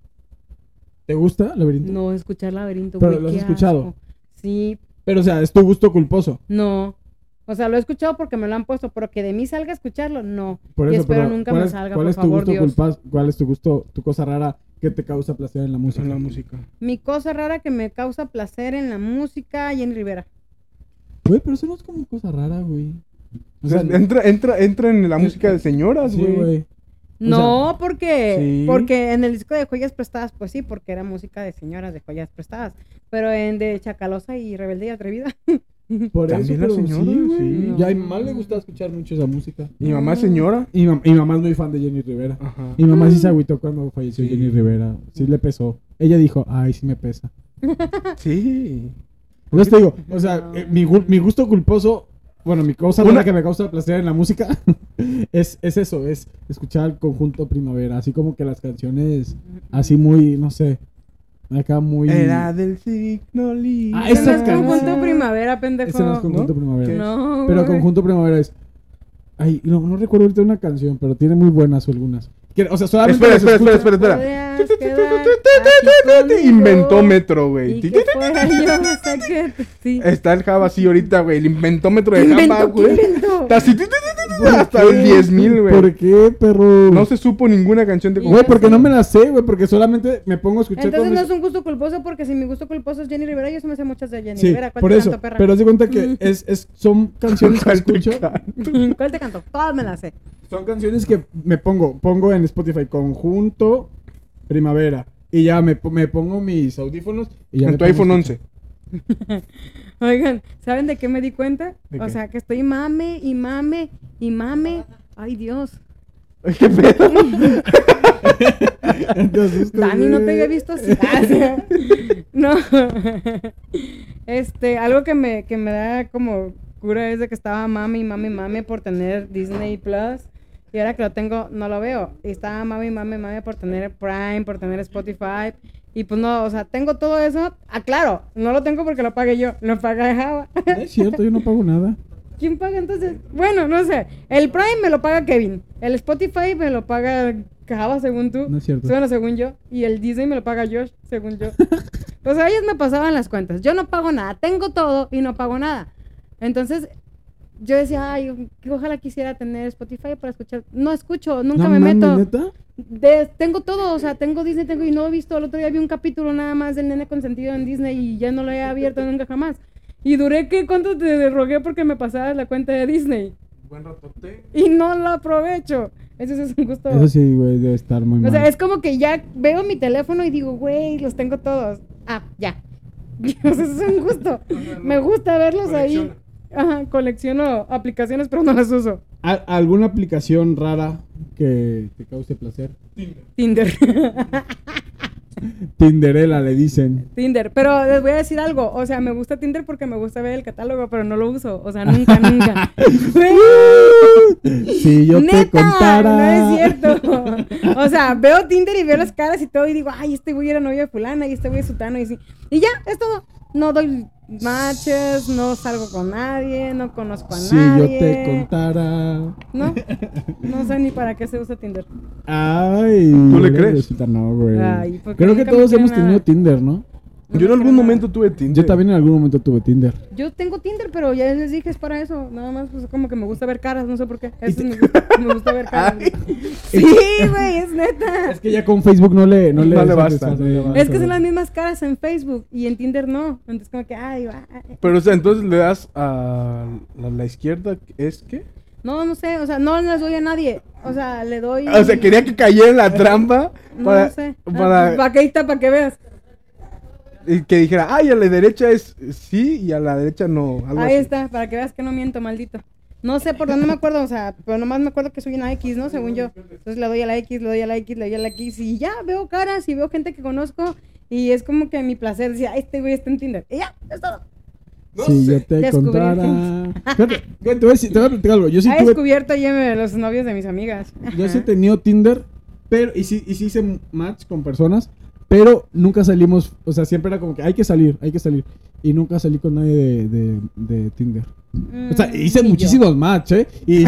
[SPEAKER 2] ¿te gusta Laberinto?
[SPEAKER 3] No, escuchar laberinto,
[SPEAKER 2] Pero
[SPEAKER 3] güey,
[SPEAKER 2] lo has
[SPEAKER 3] qué
[SPEAKER 2] escuchado.
[SPEAKER 3] asco. Sí,
[SPEAKER 2] Pero, o sea, es tu gusto culposo.
[SPEAKER 3] no. O sea, lo he escuchado porque me lo han puesto, pero que de mí salga a escucharlo, no.
[SPEAKER 2] Por
[SPEAKER 3] y
[SPEAKER 2] eso,
[SPEAKER 3] espero
[SPEAKER 2] pero,
[SPEAKER 3] nunca
[SPEAKER 2] ¿cuál
[SPEAKER 3] me
[SPEAKER 2] es,
[SPEAKER 3] salga,
[SPEAKER 2] cuál
[SPEAKER 3] por
[SPEAKER 2] es tu
[SPEAKER 3] favor,
[SPEAKER 2] gusto
[SPEAKER 3] Dios.
[SPEAKER 2] culpa- ¿Cuál es tu gusto, tu cosa rara que te causa placer en la música?
[SPEAKER 4] En la música.
[SPEAKER 3] Mi cosa rara que me causa placer en la música, Jenny Rivera.
[SPEAKER 2] Güey, pero eso no es como cosa rara, güey. O sea,
[SPEAKER 4] Entonces, entra, entra, entra en la música de señoras,
[SPEAKER 2] sí,
[SPEAKER 4] güey.
[SPEAKER 2] güey. sea,
[SPEAKER 3] No, porque,
[SPEAKER 4] sí.
[SPEAKER 3] porque en el disco de Joyas Prestadas, pues sí, porque era música de señoras de Joyas Prestadas. Pero en de Chacalosa y Rebelde y Atrevida.
[SPEAKER 2] Por eso,
[SPEAKER 4] También la
[SPEAKER 2] pero
[SPEAKER 4] señora,
[SPEAKER 2] sí, güey.
[SPEAKER 4] sí.
[SPEAKER 2] Ya a mi mamá le gusta escuchar mucho esa música.
[SPEAKER 4] Mi mamá es señora.
[SPEAKER 2] Y mam- mi mamá es muy fan de Jenny Rivera.
[SPEAKER 4] Ajá.
[SPEAKER 2] Mi mamá sí se agüitó cuando falleció
[SPEAKER 4] Sí.
[SPEAKER 2] Jenny Rivera. Sí le pesó. Ella dijo, ay, sí me pesa.
[SPEAKER 4] Sí.
[SPEAKER 2] Entonces te digo, o sea, eh, mi, gu- mi gusto culposo, bueno, mi cosa
[SPEAKER 4] Una-
[SPEAKER 2] una que me causa placer en la música es, es eso, es escuchar el conjunto primavera. Así como que las canciones, así muy, no sé, acá muy...
[SPEAKER 4] Era del signo Libra.
[SPEAKER 2] Ah,
[SPEAKER 3] Ese no
[SPEAKER 2] esas
[SPEAKER 3] es conjunto
[SPEAKER 2] canciones.
[SPEAKER 3] primavera, pendejo.
[SPEAKER 2] Ese no es conjunto
[SPEAKER 4] ¿No?
[SPEAKER 2] primavera.
[SPEAKER 3] No,
[SPEAKER 2] Pero
[SPEAKER 3] güey.
[SPEAKER 2] conjunto primavera es... Ay, no, no recuerdo ahorita una canción, pero tiene muy buenas algunas. Que, o sea, solamente
[SPEAKER 4] Espera,
[SPEAKER 2] las
[SPEAKER 4] espera, espera,
[SPEAKER 2] escucho-
[SPEAKER 4] espera, espera.
[SPEAKER 3] Podrías quedar aquí conmigo
[SPEAKER 4] Inventó metro,
[SPEAKER 3] y
[SPEAKER 4] güey.
[SPEAKER 3] que fuera yo hasta que- sí.
[SPEAKER 4] Está el Java así ahorita, Este, güey. El inventómetro de Java,
[SPEAKER 3] Inventó, ¿qué
[SPEAKER 4] güey.
[SPEAKER 3] inventó?
[SPEAKER 4] Está así, ti, ti, ti, ti, ti,
[SPEAKER 2] ¿Por
[SPEAKER 4] Hasta
[SPEAKER 2] qué?
[SPEAKER 4] el 10.000,
[SPEAKER 2] ¿Por
[SPEAKER 4] güey.
[SPEAKER 2] qué, perro?
[SPEAKER 4] No se supo ninguna canción de
[SPEAKER 3] Y-
[SPEAKER 2] Güey,
[SPEAKER 4] conjunto.
[SPEAKER 2] porque no me la sé, güey, porque solamente me pongo a escuchar
[SPEAKER 3] Entonces
[SPEAKER 2] cuando-
[SPEAKER 3] no es un gusto culposo porque si mi gusto culposo es Jenny Rivera, yo se me sé muchas de Jenny
[SPEAKER 2] Sí,
[SPEAKER 3] Rivera. ¿Cuál
[SPEAKER 2] por
[SPEAKER 3] te
[SPEAKER 2] eso.
[SPEAKER 3] canto, perra?
[SPEAKER 2] Pero haz de cuenta que es, es, son canciones que escucho.
[SPEAKER 3] ¿Cuál te canto? Todas me las sé.
[SPEAKER 2] Son canciones que me pongo, pongo en Spotify conjunto primavera. Y ya me, po- me pongo mis audífonos. Y ya
[SPEAKER 4] En
[SPEAKER 2] me
[SPEAKER 4] tu
[SPEAKER 2] pongo a
[SPEAKER 4] iPhone
[SPEAKER 2] escuchar.
[SPEAKER 4] 11.
[SPEAKER 3] Oigan, ¿saben de qué me di cuenta?
[SPEAKER 4] ¿De
[SPEAKER 3] O
[SPEAKER 4] qué?
[SPEAKER 3] sea, que estoy mame y mame y mame. Ay, Dios.
[SPEAKER 4] Ay, ¿Qué pedo?
[SPEAKER 2] Te asustas,
[SPEAKER 3] Dani, no te
[SPEAKER 2] güey.
[SPEAKER 3] había visto así. Ah, no. Este, algo que me, que me da como cura es de que estaba mami, mami, mami por tener Disney Plus. Y ahora que lo tengo, no lo veo. Y estaba mami, mami, mami por tener Prime, por tener Spotify. Y pues no, o sea, tengo todo eso. Ah, claro, no lo tengo porque lo pagué yo. Lo paga Java.
[SPEAKER 2] No es cierto, yo no pago nada.
[SPEAKER 3] ¿Quién paga entonces? Bueno, no sé. El Prime me lo paga Kevin. El Spotify me lo paga Java, según tú.
[SPEAKER 2] No es cierto.
[SPEAKER 3] Bueno, según yo. Y el Disney me lo paga Josh, según yo. o sea, ellos me pasaban las cuentas. Yo no pago nada. Tengo todo y no pago nada. Entonces, yo decía, ay, ojalá quisiera tener Spotify para escuchar. No escucho, nunca
[SPEAKER 2] No
[SPEAKER 3] me
[SPEAKER 2] mames,
[SPEAKER 3] meto.
[SPEAKER 2] ¿neta?
[SPEAKER 3] De- tengo todo, o sea, tengo Disney, tengo y no he visto. El otro día vi un capítulo nada más del nene consentido en Disney y ya no lo he abierto nunca jamás. Y duré que cuánto te rogué porque me pasaras la cuenta de Disney
[SPEAKER 4] Buen ratote.
[SPEAKER 3] y no lo aprovecho. Eso sí es un gusto.
[SPEAKER 2] Eso sí, güey, debe estar muy
[SPEAKER 3] o
[SPEAKER 2] mal.
[SPEAKER 3] sea, es como que ya veo mi teléfono y digo, güey, los tengo todos. Ah, ya. O sea, eso es un gusto. Me gusta verlos ahí. Ajá, colecciono aplicaciones, pero no las uso.
[SPEAKER 2] ¿Al- ¿Alguna aplicación rara que te cause placer?
[SPEAKER 3] Tinder.
[SPEAKER 2] Tinderela le dicen.
[SPEAKER 3] Tinder, pero les voy a decir algo, o sea, me gusta Tinder porque me gusta ver el catálogo, pero no lo uso, o sea, nunca, nunca. Güey,
[SPEAKER 2] si yo te contara.
[SPEAKER 3] No es cierto. O sea, veo Tinder y veo las caras y todo y digo, ay, este güey era novia de fulana y este güey es sutano y así. Y ya, es todo. No doy matches, no salgo con nadie, no conozco a
[SPEAKER 2] Si yo
[SPEAKER 3] nadie.
[SPEAKER 2] te contara.
[SPEAKER 3] No, no sé ni para qué se usa Tinder.
[SPEAKER 2] Ay.
[SPEAKER 4] ¿Tú le
[SPEAKER 2] no,
[SPEAKER 4] crees?
[SPEAKER 2] resulta no, güey.
[SPEAKER 3] Ay, ¿por qué
[SPEAKER 2] Creo que
[SPEAKER 3] nunca me
[SPEAKER 2] todos
[SPEAKER 3] creen
[SPEAKER 2] hemos
[SPEAKER 3] nada?
[SPEAKER 2] tenido Tinder, ¿no?
[SPEAKER 3] No me
[SPEAKER 4] Yo en
[SPEAKER 3] creo
[SPEAKER 4] algún
[SPEAKER 3] nada.
[SPEAKER 4] momento tuve Tinder.
[SPEAKER 2] Yo también en algún momento tuve Tinder.
[SPEAKER 3] Yo tengo Tinder, pero ya les dije es para eso. Nada más, pues como que me gusta ver caras, no sé por qué. Eso me, gusta, me gusta ver caras. güey. sí, güey, es neta.
[SPEAKER 2] Es que ya con Facebook no le no le,
[SPEAKER 4] No le basta,
[SPEAKER 2] satisface,
[SPEAKER 4] no le
[SPEAKER 2] no le
[SPEAKER 4] basta.
[SPEAKER 3] Es que
[SPEAKER 2] basta.
[SPEAKER 3] son las mismas caras en Facebook y en Tinder no. Entonces, como que, ay, va.
[SPEAKER 4] Pero, o sea, entonces le das a la, la izquierda, ¿es qué?
[SPEAKER 3] No, no sé, o sea, no les doy a nadie. O sea, le doy.
[SPEAKER 4] O sea, quería que cayera en la trampa
[SPEAKER 3] No,
[SPEAKER 4] para,
[SPEAKER 3] no sé. Ah,
[SPEAKER 4] para
[SPEAKER 3] Para que ahí está, para que veas.
[SPEAKER 4] y que dijera, ay, a la derecha es sí y a la derecha no. algo
[SPEAKER 3] Ahí
[SPEAKER 4] así.
[SPEAKER 3] está, para que veas que no miento, maldito. No sé por dónde me acuerdo, o sea, pero nomás me acuerdo que soy una X, ¿no? Según yo. Entonces le doy a la X, le doy a la X, le doy a la X y ya veo caras y veo gente que conozco y es como que mi placer decía, "Ay, este güey está en Tinder. Y ya, es todo.
[SPEAKER 5] No
[SPEAKER 2] si
[SPEAKER 5] sé.
[SPEAKER 2] yo te
[SPEAKER 3] Descubrí. Ah,
[SPEAKER 2] contara. Fíjate, fíjate, te voy a decir- te voy a platicar algo. Yo sí
[SPEAKER 3] ha
[SPEAKER 2] tuve
[SPEAKER 3] descubierto ya me- los novios de mis amigas.
[SPEAKER 2] Yo sí he
[SPEAKER 3] Ajá.
[SPEAKER 2] tenido Tinder, pero y sí, y sí hice match con personas, pero nunca salimos, o sea, siempre era como que hay que salir, hay que salir. Y nunca salí con nadie de, de- de Tinder. O sea,
[SPEAKER 3] Mm,
[SPEAKER 2] hice
[SPEAKER 3] ni yo.
[SPEAKER 2] muchísimos match, ¿eh? Y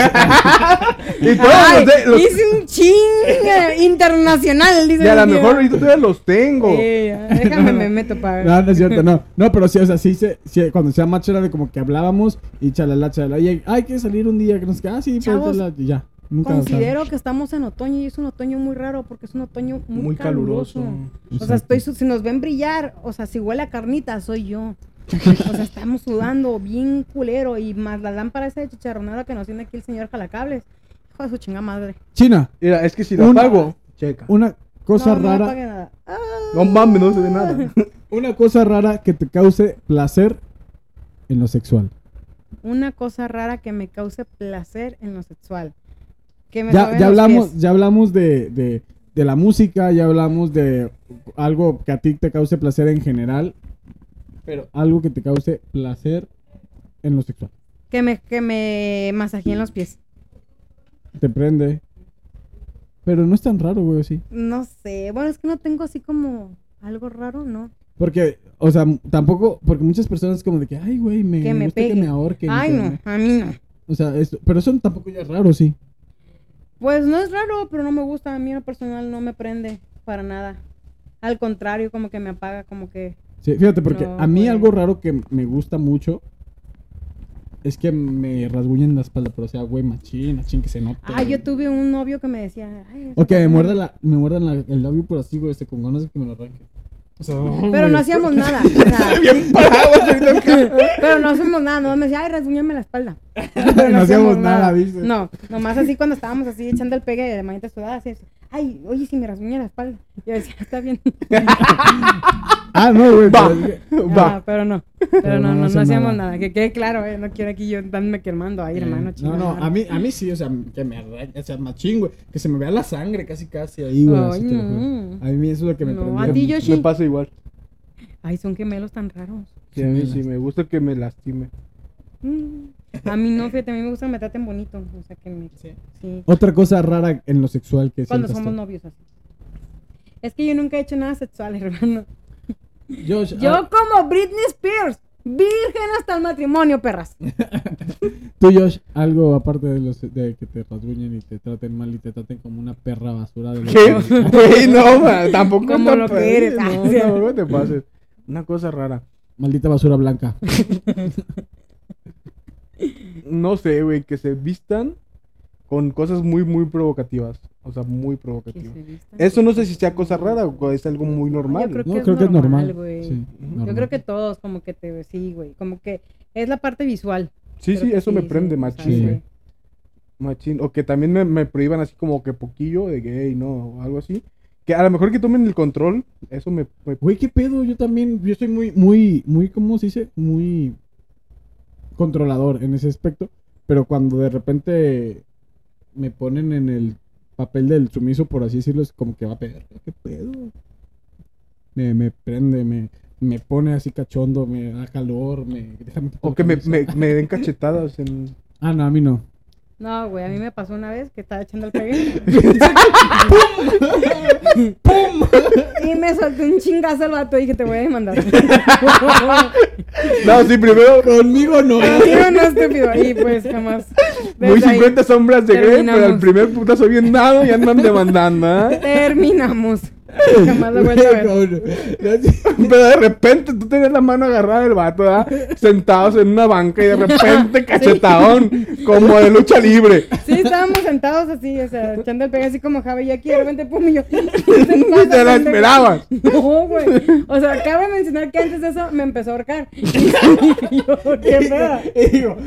[SPEAKER 4] Y todos
[SPEAKER 3] Ay,
[SPEAKER 4] ¿eh? los de- los-
[SPEAKER 3] Hice un ching internacional, dice.
[SPEAKER 4] y a lo
[SPEAKER 3] mi tío.
[SPEAKER 4] mejor ahorita todavía los tengo.
[SPEAKER 3] Eh, déjame, me meto para ver.
[SPEAKER 2] no, no es cierto, no. No, pero sí, o sea, sí, se- sí, cuando hacía match era de como que hablábamos y chalala, chalala. Y hay- hay que salir un día, que nos queda, ah, sí, pues,
[SPEAKER 3] Chavos,
[SPEAKER 2] la- y ya. Nunca o sea,
[SPEAKER 3] Considero que estamos en otoño y es un otoño muy raro porque es un otoño muy,
[SPEAKER 4] Muy
[SPEAKER 3] caluroso.
[SPEAKER 4] caluroso.
[SPEAKER 3] O sea,
[SPEAKER 2] exacto.
[SPEAKER 3] estoy, su- si nos ven brillar, o sea, si huele a carnita, soy yo. O sea, estamos sudando bien culero y más la lámpara esa de chicharronada que nos tiene aquí el señor Jalacables. Hijo de su chinga madre.
[SPEAKER 2] China,
[SPEAKER 4] Mira, es que si la
[SPEAKER 2] Una-
[SPEAKER 4] pago, checa.
[SPEAKER 2] una cosa
[SPEAKER 3] No, no
[SPEAKER 2] rara.
[SPEAKER 3] apague nada. Ah,
[SPEAKER 4] No mames, no se ve nada.
[SPEAKER 2] Una cosa rara que te cause placer en lo sexual.
[SPEAKER 3] Una cosa rara que me cause placer en lo sexual. Que me
[SPEAKER 2] Ya,
[SPEAKER 3] soben
[SPEAKER 2] ya
[SPEAKER 3] los
[SPEAKER 2] hablamos,
[SPEAKER 3] pies.
[SPEAKER 2] ya hablamos de, de- de la música, ya hablamos de algo que a ti te cause placer en general, pero algo que te cause placer en lo sexual.
[SPEAKER 3] Que me, que me masajeen los pies.
[SPEAKER 2] Te prende. Pero no es tan raro, güey, sí.
[SPEAKER 3] No sé. Bueno, es que no tengo así como algo raro, ¿no?
[SPEAKER 2] Porque, o sea, m- tampoco, porque muchas personas como de que, ay, güey, me,
[SPEAKER 3] Que me
[SPEAKER 2] gusta que
[SPEAKER 3] pegue.
[SPEAKER 2] me ahorquen. y
[SPEAKER 3] Ay,
[SPEAKER 2] que
[SPEAKER 3] no,
[SPEAKER 2] me-".
[SPEAKER 3] a mí no.
[SPEAKER 2] O sea, esto- pero eso tampoco ya es raro, sí.
[SPEAKER 3] Pues no es raro, pero no me gusta. A mí en lo personal no me prende para nada. Al contrario, como que me apaga, como que...
[SPEAKER 2] Sí, fíjate, porque
[SPEAKER 3] No,
[SPEAKER 2] a mí
[SPEAKER 3] güey.
[SPEAKER 2] algo raro que me gusta mucho es que me rasguñen la espalda, pero o sea, güey, machín, machín, que se note.
[SPEAKER 3] Ay, yo tuve un novio que me decía... Ay,
[SPEAKER 2] O que me muerda
[SPEAKER 3] muerde
[SPEAKER 2] la, me muerdan la- el labio por así, güey, este, con ganas de que me lo arranque. O sea, no,
[SPEAKER 3] Pero no
[SPEAKER 2] güey.
[SPEAKER 3] hacíamos nada. o sea, pero no hacíamos nada. Nomás me decía, ay, rasguñame la espalda. Pero
[SPEAKER 2] No hacíamos nada, dice.
[SPEAKER 3] No, nomás así cuando estábamos así echando el pegue de manita sudada, así, así, Ay, oye, si me rasguña la espalda. Yo decía, está bien.
[SPEAKER 2] Ah, no, güey.
[SPEAKER 4] Va,
[SPEAKER 2] pero es que-
[SPEAKER 4] va.
[SPEAKER 3] Ah, pero no. Pero, no, no, no,
[SPEAKER 2] hacen
[SPEAKER 3] hacíamos
[SPEAKER 2] nada.
[SPEAKER 3] nada. Que quede claro, eh. No quiero aquí yo andarme quemando ahí, hermano.
[SPEAKER 2] eh, No,
[SPEAKER 3] chingada
[SPEAKER 2] no,
[SPEAKER 3] madre.
[SPEAKER 2] a mí, a mí sí, o sea, que me arranque, o sea, machín, güey, que se me vea la sangre casi, casi ahí, güey. así
[SPEAKER 3] Ay,
[SPEAKER 2] te lo juro.
[SPEAKER 3] no.
[SPEAKER 2] A mí eso es lo que me
[SPEAKER 3] No,
[SPEAKER 2] prendía
[SPEAKER 3] a ti,
[SPEAKER 2] mucho.
[SPEAKER 3] Yoshi.
[SPEAKER 4] Me pasa igual.
[SPEAKER 3] Ay, son gemelos tan raros.
[SPEAKER 4] Sí, a mí sí me gusta que me lastime.
[SPEAKER 3] Mm. A mí no, fíjate, a mí me gusta que me traten bonito. O sea, que me. Sí.
[SPEAKER 2] Otra cosa rara en lo sexual que
[SPEAKER 3] Cuando
[SPEAKER 2] sientas
[SPEAKER 3] somos
[SPEAKER 2] tú.
[SPEAKER 3] novios, así. Es que yo nunca he hecho nada sexual, hermano.
[SPEAKER 4] Ah.
[SPEAKER 2] Josh,
[SPEAKER 3] Yo,
[SPEAKER 2] ah,
[SPEAKER 3] como Britney Spears, virgen hasta el matrimonio, perras.
[SPEAKER 2] Tú, Josh, algo aparte de, los, de que te rasguñen y te traten mal y te traten como una perra basura de los
[SPEAKER 4] ¿Qué? Güey, no, ma, tampoco
[SPEAKER 3] Como
[SPEAKER 4] tan
[SPEAKER 3] lo que
[SPEAKER 4] padre,
[SPEAKER 3] eres,
[SPEAKER 4] No,
[SPEAKER 3] ah, sí.
[SPEAKER 4] tampoco te pases. Una cosa rara.
[SPEAKER 2] Maldita basura blanca.
[SPEAKER 4] No sé, güey, que se vistan con cosas muy, muy provocativas. O sea, muy provocativas. Eso no sé si sea cosa rara o es algo muy normal.
[SPEAKER 3] Mm, creo
[SPEAKER 2] No,
[SPEAKER 3] que es
[SPEAKER 2] creo que es normal.
[SPEAKER 3] normal, güey.
[SPEAKER 2] Sí, normal.
[SPEAKER 3] Yo creo que todos, como que te. Sí, güey. Como que es la parte visual.
[SPEAKER 4] Sí,
[SPEAKER 3] Creo
[SPEAKER 4] sí,
[SPEAKER 3] que
[SPEAKER 4] eso me prende,
[SPEAKER 3] o sea,
[SPEAKER 4] machín,
[SPEAKER 2] sí.
[SPEAKER 4] güey. Machín. O que también me, me prohíban así como que poquillo de gay, no, o algo así. Que a lo mejor que tomen el control, eso me... me-
[SPEAKER 2] Güey, qué pedo, yo también, yo soy muy, muy, muy, ¿cómo se dice? Muy controlador en ese aspecto, pero cuando de repente me ponen en el papel del sumiso, por así decirlo, es como que va a pegar, qué pedo. Me, me prende, me, me pone así cachondo, me da calor, me... déjame quitar
[SPEAKER 4] o
[SPEAKER 2] la
[SPEAKER 4] que me,
[SPEAKER 2] camisa.
[SPEAKER 4] me- me den cachetadas en...
[SPEAKER 2] Ah, no, a mí no.
[SPEAKER 3] No, güey, a mí me pasó una vez que estaba echando el pegue. ¡Pum! y me soltó un chingazo al vato y dije, te voy a demandar. sí,
[SPEAKER 4] No, sí, primero...
[SPEAKER 2] Conmigo no.
[SPEAKER 3] o no, estúpido. Y pues jamás.
[SPEAKER 4] Muy
[SPEAKER 3] Desde ahí
[SPEAKER 4] 50 sombras de Grey, pero al
[SPEAKER 3] terminamos.
[SPEAKER 4] primer putazo bien nada ya andan demandando, ¿eh?
[SPEAKER 3] Terminamos. Jamás lo vuelvo a ver.
[SPEAKER 4] Pero de repente tú tenías la mano agarrada del vato, ¿verdad? Sentados en una banca y de repente cachetadón, como de lucha libre.
[SPEAKER 3] Sí, estábamos sentados así, o sea, echando el pegue así como Javi y aquí de repente pum y yo.
[SPEAKER 4] Ni te la esperabas.
[SPEAKER 3] No, güey. O sea, acabo de mencionar que antes de eso me empezó a ahorcar. Y yo, qué pedo.
[SPEAKER 2] Digo,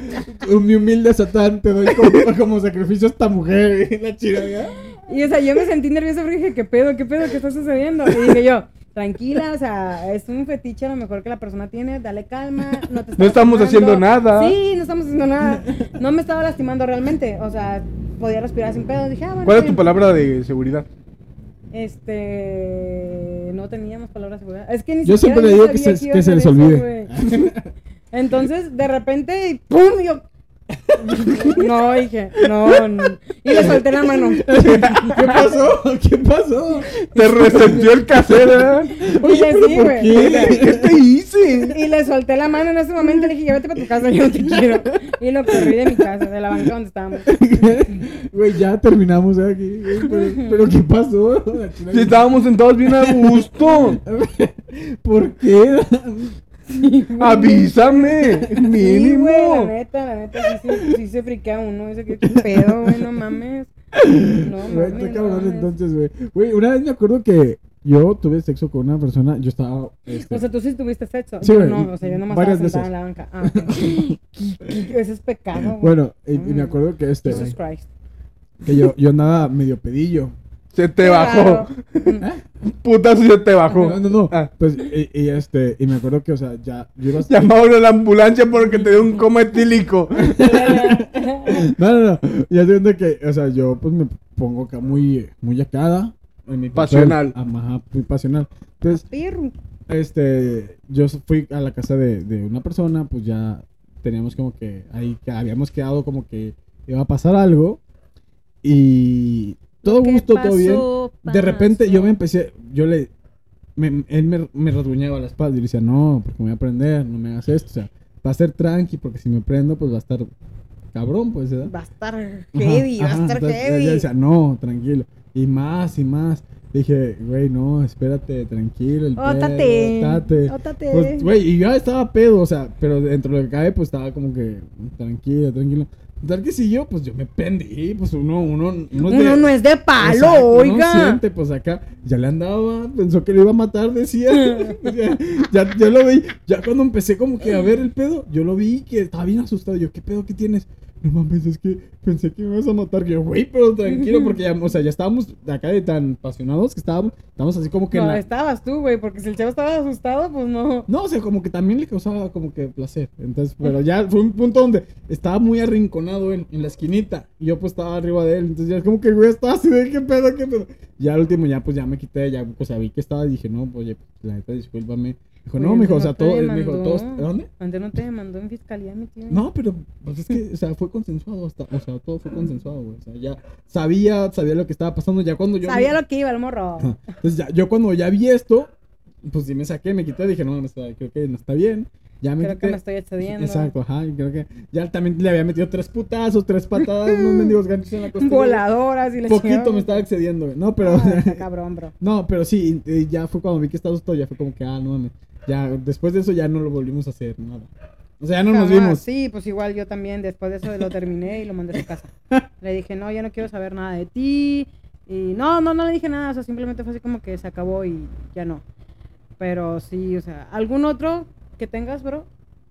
[SPEAKER 2] mi humilde satán te doy como, como sacrificio a esta mujer. y La chida, ¿verdad?
[SPEAKER 3] Y o sea, yo me sentí nerviosa porque dije, ¿qué pedo, qué pedo, qué está sucediendo? Y dije yo, tranquila, o sea, es un fetiche a lo mejor que la persona tiene, dale calma, no te
[SPEAKER 4] No
[SPEAKER 3] estás
[SPEAKER 4] estamos haciendo
[SPEAKER 3] quemando.
[SPEAKER 4] nada.
[SPEAKER 3] Sí, no estamos haciendo nada. No me estaba lastimando realmente. O sea, podía respirar sin pedo. Dije, ah, bueno.
[SPEAKER 4] ¿Cuál es
[SPEAKER 3] sí.
[SPEAKER 4] tu palabra de seguridad?
[SPEAKER 3] Este. No teníamos palabras de seguridad. Es que ni
[SPEAKER 2] Yo
[SPEAKER 3] siquiera
[SPEAKER 2] siempre le digo que
[SPEAKER 3] sabía
[SPEAKER 2] se,
[SPEAKER 3] iba
[SPEAKER 2] que se
[SPEAKER 3] a ser
[SPEAKER 2] les
[SPEAKER 3] eso,
[SPEAKER 2] olvide.
[SPEAKER 3] güey. Entonces, de repente, y ¡pum! y Yo. No, dije, no, no. Y le solté la mano.
[SPEAKER 2] ¿Qué pasó? ¿Qué pasó?
[SPEAKER 4] Te receptió el casero.
[SPEAKER 3] Oye,
[SPEAKER 2] ¿pero
[SPEAKER 3] sí,
[SPEAKER 2] por
[SPEAKER 3] güey.
[SPEAKER 2] qué?
[SPEAKER 4] ¿Qué te hice?
[SPEAKER 3] Y le solté la mano en ese momento. Le dije, llévate para tu casa, yo no te quiero. Y lo corrí de mi casa, de la banca donde estábamos.
[SPEAKER 2] Güey, ya terminamos eh, aquí. güey, Pero, pero ¿qué pasó?
[SPEAKER 4] Si estábamos sentados bien a gusto.
[SPEAKER 2] ¿Por qué?
[SPEAKER 4] Avísame.
[SPEAKER 3] Sí,
[SPEAKER 4] Mínimo.
[SPEAKER 3] güey, la neta, la neta, sí, se- sí se friquea uno. Dice que qué pedo, güey, no mames. No
[SPEAKER 2] Güey,
[SPEAKER 3] mames.
[SPEAKER 2] está
[SPEAKER 3] no
[SPEAKER 2] cabrón
[SPEAKER 3] mames.
[SPEAKER 2] entonces, güey. Güey, una vez me acuerdo que yo tuve sexo con una persona, yo estaba... este,
[SPEAKER 3] O sea, tú sí tuviste sexo.
[SPEAKER 2] Sí,
[SPEAKER 3] Yo
[SPEAKER 2] güey,
[SPEAKER 3] No, o sea, yo nomás
[SPEAKER 2] varias
[SPEAKER 3] estaba sentada en la banca. Ah, ok. ¿Qué- qué- Ese es pecado, güey.
[SPEAKER 2] bueno, y, y me
[SPEAKER 3] Mm.
[SPEAKER 2] acuerdo que este,
[SPEAKER 3] Jesus Christ.
[SPEAKER 2] que yo, yo andaba medio pedillo.
[SPEAKER 4] Se te
[SPEAKER 3] Qué
[SPEAKER 4] bajó.
[SPEAKER 3] raro.
[SPEAKER 4] Putazo, se te bajó.
[SPEAKER 2] No, no, no.
[SPEAKER 4] Ah.
[SPEAKER 2] Pues, y, y este, y me acuerdo que, o sea, ya, yo iba...
[SPEAKER 4] Llamaron a la ambulancia porque te dio un coma etílico.
[SPEAKER 2] No, no, no. Ya te cuenta que, o sea, yo pues me pongo acá muy, muy acada. En mi papel.
[SPEAKER 4] Pasional.
[SPEAKER 2] Ah, Ajá, muy pasional. Entonces,
[SPEAKER 3] Perro.
[SPEAKER 2] este, yo fui a la casa de, de una persona, pues ya teníamos como que, ahí que habíamos quedado como que iba a pasar algo. Y todo gusto, todo bien. De repente yo me empecé, yo le, me- él me, me rasguñaba la espalda y le decía, no, porque me voy a prender, no me hagas esto. O sea, va a ser tranqui, porque si me prendo, pues va a estar cabrón, pues, ¿verdad?
[SPEAKER 3] Va a estar
[SPEAKER 2] Ajá,
[SPEAKER 3] heavy, va
[SPEAKER 2] ajá,
[SPEAKER 3] a estar
[SPEAKER 2] entonces, yo- Yo
[SPEAKER 3] heavy.
[SPEAKER 2] decía, no, tranquilo. Y más y más. Dije, güey, no, espérate, tranquilo. El pedo,
[SPEAKER 3] Ótate.
[SPEAKER 2] ótate".
[SPEAKER 3] Ótate.
[SPEAKER 2] Pues, güey, y yo estaba pedo, o sea, pero dentro de lo que cabe, pues estaba como que tranquilo, tranquilo. Tal que si yo, pues yo me pendí, pues uno, uno, uno, es de-
[SPEAKER 3] Uno no es de palo,
[SPEAKER 2] Exacto, uno
[SPEAKER 3] oiga.
[SPEAKER 2] siente, pues acá ya le andaba, pensó que lo iba a matar, decía. ya, ya, ya lo vi, ya cuando empecé como que a ver el pedo, yo lo vi que estaba bien asustado. Yo, ¿qué pedo que tienes? No mames, es que pensé que me ibas a matar. Yo, güey, pero tranquilo, porque ya, o sea, ya estábamos acá de tan apasionados que estábamos, estábamos así como que en
[SPEAKER 3] No,
[SPEAKER 2] la-
[SPEAKER 3] estabas tú, güey, porque si el chavo estaba asustado, pues no.
[SPEAKER 2] No, o sea, como que también le causaba como que placer. Entonces, pero ya fue un punto donde estaba muy arrinconado él, en la esquinita. Y yo pues estaba arriba de él. Entonces ya es como que, güey, estaba así de qué pedo, qué pedo. Ya al último, ya pues ya me quité, ya, o sea, vi que estaba y dije, no, pues, oye, la neta, discúlpame. Dijo, no,
[SPEAKER 3] Oye,
[SPEAKER 2] mijo, o
[SPEAKER 3] no
[SPEAKER 2] sea,
[SPEAKER 3] te
[SPEAKER 2] todo, eh, me dijo,
[SPEAKER 3] demandó.
[SPEAKER 2] todos, ¿a ¿dónde?
[SPEAKER 3] Antes no te demandó en fiscalía, mi tío.
[SPEAKER 2] No, pero pues, es que, o sea, fue consensuado hasta, o sea, todo fue consensuado, güey. O sea, ya sabía, sabía lo que estaba pasando, ya cuando yo...
[SPEAKER 3] Sabía lo que iba el morro.
[SPEAKER 2] Ajá. Entonces, ya, yo cuando ya vi esto, pues sí me saqué, me quité, dije, no, no está, creo que no está bien. Ya me
[SPEAKER 3] Creo
[SPEAKER 2] quité.
[SPEAKER 3] que me estoy excediendo.
[SPEAKER 2] Exacto, ajá, y creo que ya también le había metido tres putazos, tres patadas, unos mendigos ganchos en la costilla.
[SPEAKER 3] Voladoras y la
[SPEAKER 2] Pues, Poquito
[SPEAKER 3] chingada.
[SPEAKER 2] me estaba excediendo, güey. No, pero.
[SPEAKER 3] Ah, está cabrón, bro.
[SPEAKER 2] no, pero sí, y- y ya fue cuando vi que estaba asustado, ya fue como que, ah, no mames. Ya, después de eso ya no lo volvimos a hacer, nada. O sea, ya no nos
[SPEAKER 3] Jamás.
[SPEAKER 2] vimos.
[SPEAKER 3] Sí, pues igual yo también después de eso lo terminé y lo mandé a su casa. Le dije, no, yo no quiero saber nada de ti. Y no, no, no le dije nada. O sea, simplemente fue así como que se acabó y ya no. Pero sí, o sea, ¿algún otro que tengas, bro?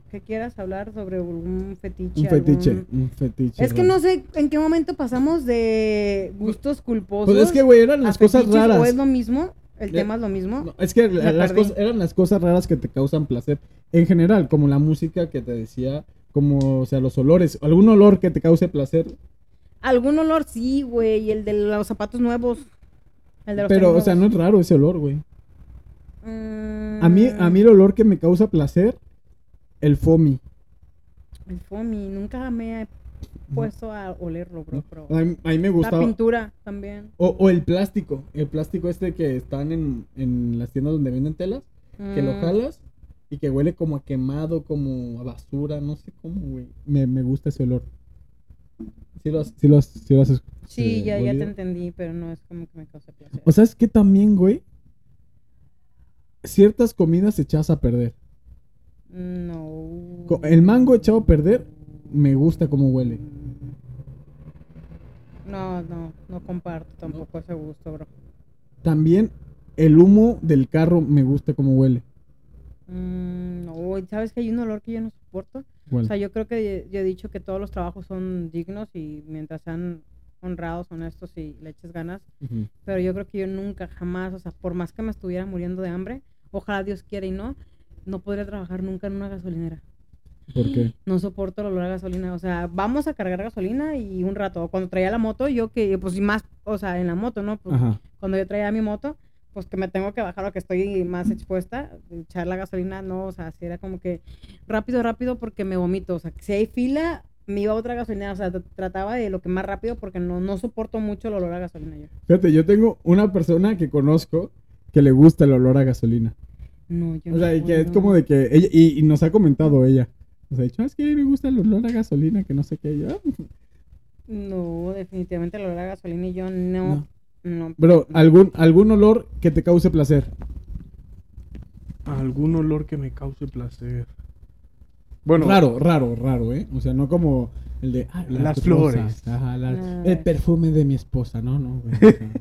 [SPEAKER 3] Que quieras hablar sobre un fetiche.
[SPEAKER 2] Un fetiche,
[SPEAKER 3] algún-
[SPEAKER 2] un fetiche.
[SPEAKER 3] Es que
[SPEAKER 2] raro.
[SPEAKER 3] no sé en qué momento pasamos de gustos culposos.
[SPEAKER 2] Pues es que, güey, eran
[SPEAKER 3] a
[SPEAKER 2] las cosas
[SPEAKER 3] fetiches,
[SPEAKER 2] raras.
[SPEAKER 3] ¿O es lo mismo? ¿El
[SPEAKER 2] Le-
[SPEAKER 3] tema es lo mismo?
[SPEAKER 2] No, es que la- las
[SPEAKER 3] perdí.
[SPEAKER 2] cosas, eran las cosas raras que te causan placer en general, como la música que te decía, como, o sea, los olores, algún olor que te cause placer,
[SPEAKER 3] Algún olor sí, güey. Y el de los zapatos nuevos. El de los
[SPEAKER 2] pero, o
[SPEAKER 3] tenis
[SPEAKER 2] sea, no
[SPEAKER 3] nuevos.
[SPEAKER 2] es raro ese olor, güey.
[SPEAKER 3] Mm,
[SPEAKER 2] A mí, a mí el olor que me causa placer, el foamy.
[SPEAKER 3] El foamy. Nunca me he puesto a olerlo, bro. bro.
[SPEAKER 2] A mí, a mí Mm. me
[SPEAKER 3] La
[SPEAKER 2] gustaba.
[SPEAKER 3] pintura también.
[SPEAKER 2] O, o el plástico, el plástico este que están en, en las tiendas donde venden telas, que lo
[SPEAKER 3] Mm,
[SPEAKER 2] jalas y que huele como a quemado, como a basura, no sé cómo, güey. Me, me gusta ese olor. Sí lo has, sí lo has- sí lo has escu-
[SPEAKER 3] Sí,
[SPEAKER 2] eh,
[SPEAKER 3] ya, ya te
[SPEAKER 2] olido.
[SPEAKER 3] entendí, pero no es como que me causa placer.
[SPEAKER 2] O sea, es que también, güey, ciertas comidas echadas a perder.
[SPEAKER 3] no.
[SPEAKER 2] Co- eh. El mango echado a perder, me gusta cómo huele.
[SPEAKER 3] No, no, no comparto tampoco ese gusto, bro.
[SPEAKER 2] También el humo del carro me gusta cómo huele.
[SPEAKER 3] Mm, no, y ¿sabes que hay un olor que yo no soporto? O
[SPEAKER 2] Huele.
[SPEAKER 3] sea, yo creo que yo he dicho que todos los trabajos son dignos y mientras sean honrados, honestos y le eches ganas,
[SPEAKER 2] Ujú.
[SPEAKER 3] pero yo creo que yo nunca, jamás, o sea, por más que me estuviera muriendo de hambre, ojalá Dios quiera y no, no podría trabajar nunca en una gasolinera.
[SPEAKER 2] ¿Por qué?
[SPEAKER 3] No soporto el olor a gasolina. O sea, vamos a cargar gasolina y un rato. Cuando traía la moto, yo que, pues, y más, o sea, en la moto, ¿no? Pues,
[SPEAKER 2] Ajá.
[SPEAKER 3] cuando yo traía mi moto, pues que me tengo que bajar o que estoy más expuesta, echar la gasolina, no, o sea, si era como que rápido, rápido porque me vomito, o sea, que si hay fila, me iba a otra gasolina, o sea, tr- trataba de lo que más rápido porque no, no soporto mucho el olor a gasolina yo.
[SPEAKER 2] Fíjate, yo tengo una persona que conozco que le gusta el olor a gasolina.
[SPEAKER 3] No, yo
[SPEAKER 2] O sea, y
[SPEAKER 3] no
[SPEAKER 2] que es
[SPEAKER 3] puedo.
[SPEAKER 2] como de que. Ella, y, y nos ha comentado ella. O sea, dicho, "Ah, es que a mí me gusta el olor a gasolina, que no sé qué. Y yo, "Ah".
[SPEAKER 3] No, definitivamente el olor a gasolina y yo no, no.
[SPEAKER 2] Bro, algún, algún olor que te cause placer.
[SPEAKER 4] Algún olor que me cause placer. Bueno,
[SPEAKER 2] Raro, raro, raro, ¿eh? O sea, no como el de. "Ah,
[SPEAKER 4] Las flores".
[SPEAKER 2] rosas, ajá, la-
[SPEAKER 3] Ah.
[SPEAKER 2] el perfume de mi esposa, ¿no? No, güey, o sea.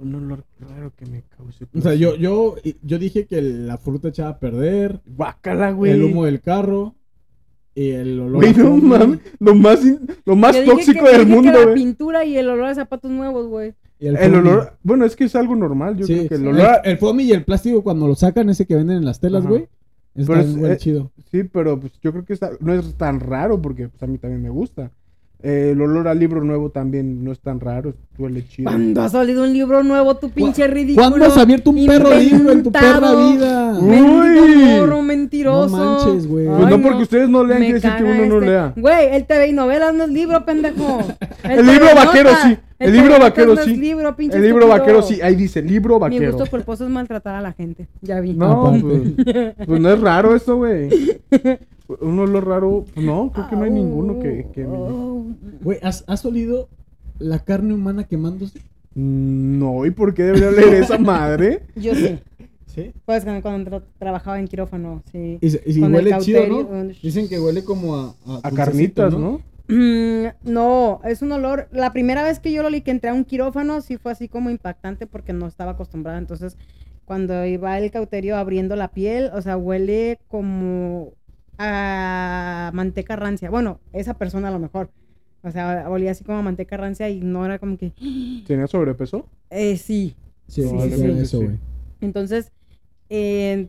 [SPEAKER 4] un olor raro que me cause placer.
[SPEAKER 2] O sea, yo, yo, yo dije que la fruta echaba a perder,
[SPEAKER 4] Guácala, güey.
[SPEAKER 2] el humo del carro y el olor.
[SPEAKER 4] Güey,
[SPEAKER 2] a
[SPEAKER 4] no
[SPEAKER 2] fondo.
[SPEAKER 4] mames. Lo más, in- lo más
[SPEAKER 3] Yo dije
[SPEAKER 4] tóxico
[SPEAKER 3] que- yo
[SPEAKER 4] del
[SPEAKER 3] dije que
[SPEAKER 4] mundo,
[SPEAKER 3] La
[SPEAKER 4] güey.
[SPEAKER 3] pintura y el olor a zapatos nuevos, güey.
[SPEAKER 2] Y el,
[SPEAKER 4] El
[SPEAKER 2] foamy.
[SPEAKER 4] olor. Bueno, es que es algo normal. Yo
[SPEAKER 2] Sí,
[SPEAKER 4] creo que el
[SPEAKER 2] sí.
[SPEAKER 4] olor. a-
[SPEAKER 2] El, el foamy y el plástico cuando lo sacan, ese que venden en las telas,
[SPEAKER 4] Ajá.
[SPEAKER 2] güey. Está
[SPEAKER 4] Pero es-
[SPEAKER 2] bien
[SPEAKER 4] eh,
[SPEAKER 2] chido.
[SPEAKER 4] Sí, pero pues yo creo que está- no es tan raro porque pues, a mí también me gusta. Eh, el olor al libro nuevo también no es tan raro. Duele chido.
[SPEAKER 3] ¿Cuándo ha salido un libro nuevo, tu pinche ridículo?
[SPEAKER 2] ¿Cuándo has abierto un perro vivo en tu perra
[SPEAKER 3] inventado?
[SPEAKER 2] vida?
[SPEAKER 4] Uy,
[SPEAKER 3] Mendigo morro, mentiroso.
[SPEAKER 2] No manches, güey.
[SPEAKER 4] Pues
[SPEAKER 3] Ay,
[SPEAKER 4] no porque ustedes no lean,
[SPEAKER 3] Me
[SPEAKER 4] quiere decir que
[SPEAKER 3] caga
[SPEAKER 4] uno no
[SPEAKER 3] este-
[SPEAKER 4] lea.
[SPEAKER 3] Güey, el TV y novelas no es libro, pendejo.
[SPEAKER 4] El libro
[SPEAKER 3] TV
[SPEAKER 4] vaquero
[SPEAKER 3] nota,
[SPEAKER 4] sí, el libro
[SPEAKER 3] TV
[SPEAKER 4] vaquero
[SPEAKER 3] no es
[SPEAKER 4] sí.
[SPEAKER 3] libro, pinche
[SPEAKER 4] El libro
[SPEAKER 3] estúpido.
[SPEAKER 4] vaquero, sí, ahí dice, libro
[SPEAKER 3] Mi
[SPEAKER 4] vaquero.
[SPEAKER 3] gusto culposo es maltratar a la gente. Ya vi.
[SPEAKER 4] No,
[SPEAKER 2] Aparte.
[SPEAKER 4] pues, pues no es raro esto, güey. Un olor raro, pues, no, creo que no hay ninguno que, que me-
[SPEAKER 3] Au.
[SPEAKER 2] Güey, ¿has, ¿has olido la carne humana quemándose?
[SPEAKER 4] No, ¿y por qué debería leer esa madre?
[SPEAKER 3] Yo sí.
[SPEAKER 2] Sí.
[SPEAKER 3] Pues cuando, cuando tra- trabajaba en quirófano, sí.
[SPEAKER 2] Y, se- y
[SPEAKER 3] Con el
[SPEAKER 2] huele chido, ¿no?
[SPEAKER 3] cauterio.
[SPEAKER 2] Dicen que huele como a...
[SPEAKER 4] A
[SPEAKER 2] dulcecito,
[SPEAKER 4] carnitas, ¿no?
[SPEAKER 3] Mm, no, es un olor. La primera vez que yo lo olí que entré a un quirófano, sí fue así como impactante porque no estaba acostumbrada. Entonces, cuando iba el cauterio abriendo la piel, o sea, huele como a manteca rancia. Bueno, esa persona a lo mejor. O sea, olía así como a manteca rancia y no era como que.
[SPEAKER 4] ¿Tenía sobrepeso?
[SPEAKER 3] Eh, sí.
[SPEAKER 2] Sí,
[SPEAKER 3] Sí,
[SPEAKER 2] sí,
[SPEAKER 3] sí,
[SPEAKER 2] sí,
[SPEAKER 3] sí.
[SPEAKER 2] eso, güey.
[SPEAKER 3] Entonces, eh,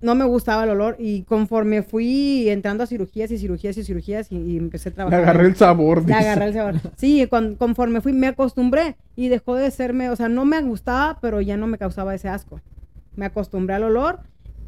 [SPEAKER 3] no me gustaba el olor y conforme fui entrando a cirugías y cirugías y cirugías y, y empecé a
[SPEAKER 4] Le
[SPEAKER 3] trabajar.
[SPEAKER 4] agarré el sabor,
[SPEAKER 3] Ah, Le
[SPEAKER 4] dice.
[SPEAKER 3] agarré el sabor. Sí, con- conforme fui, me acostumbré y dejó de serme, o sea, no me gustaba, pero ya no me causaba ese asco. Me acostumbré al olor,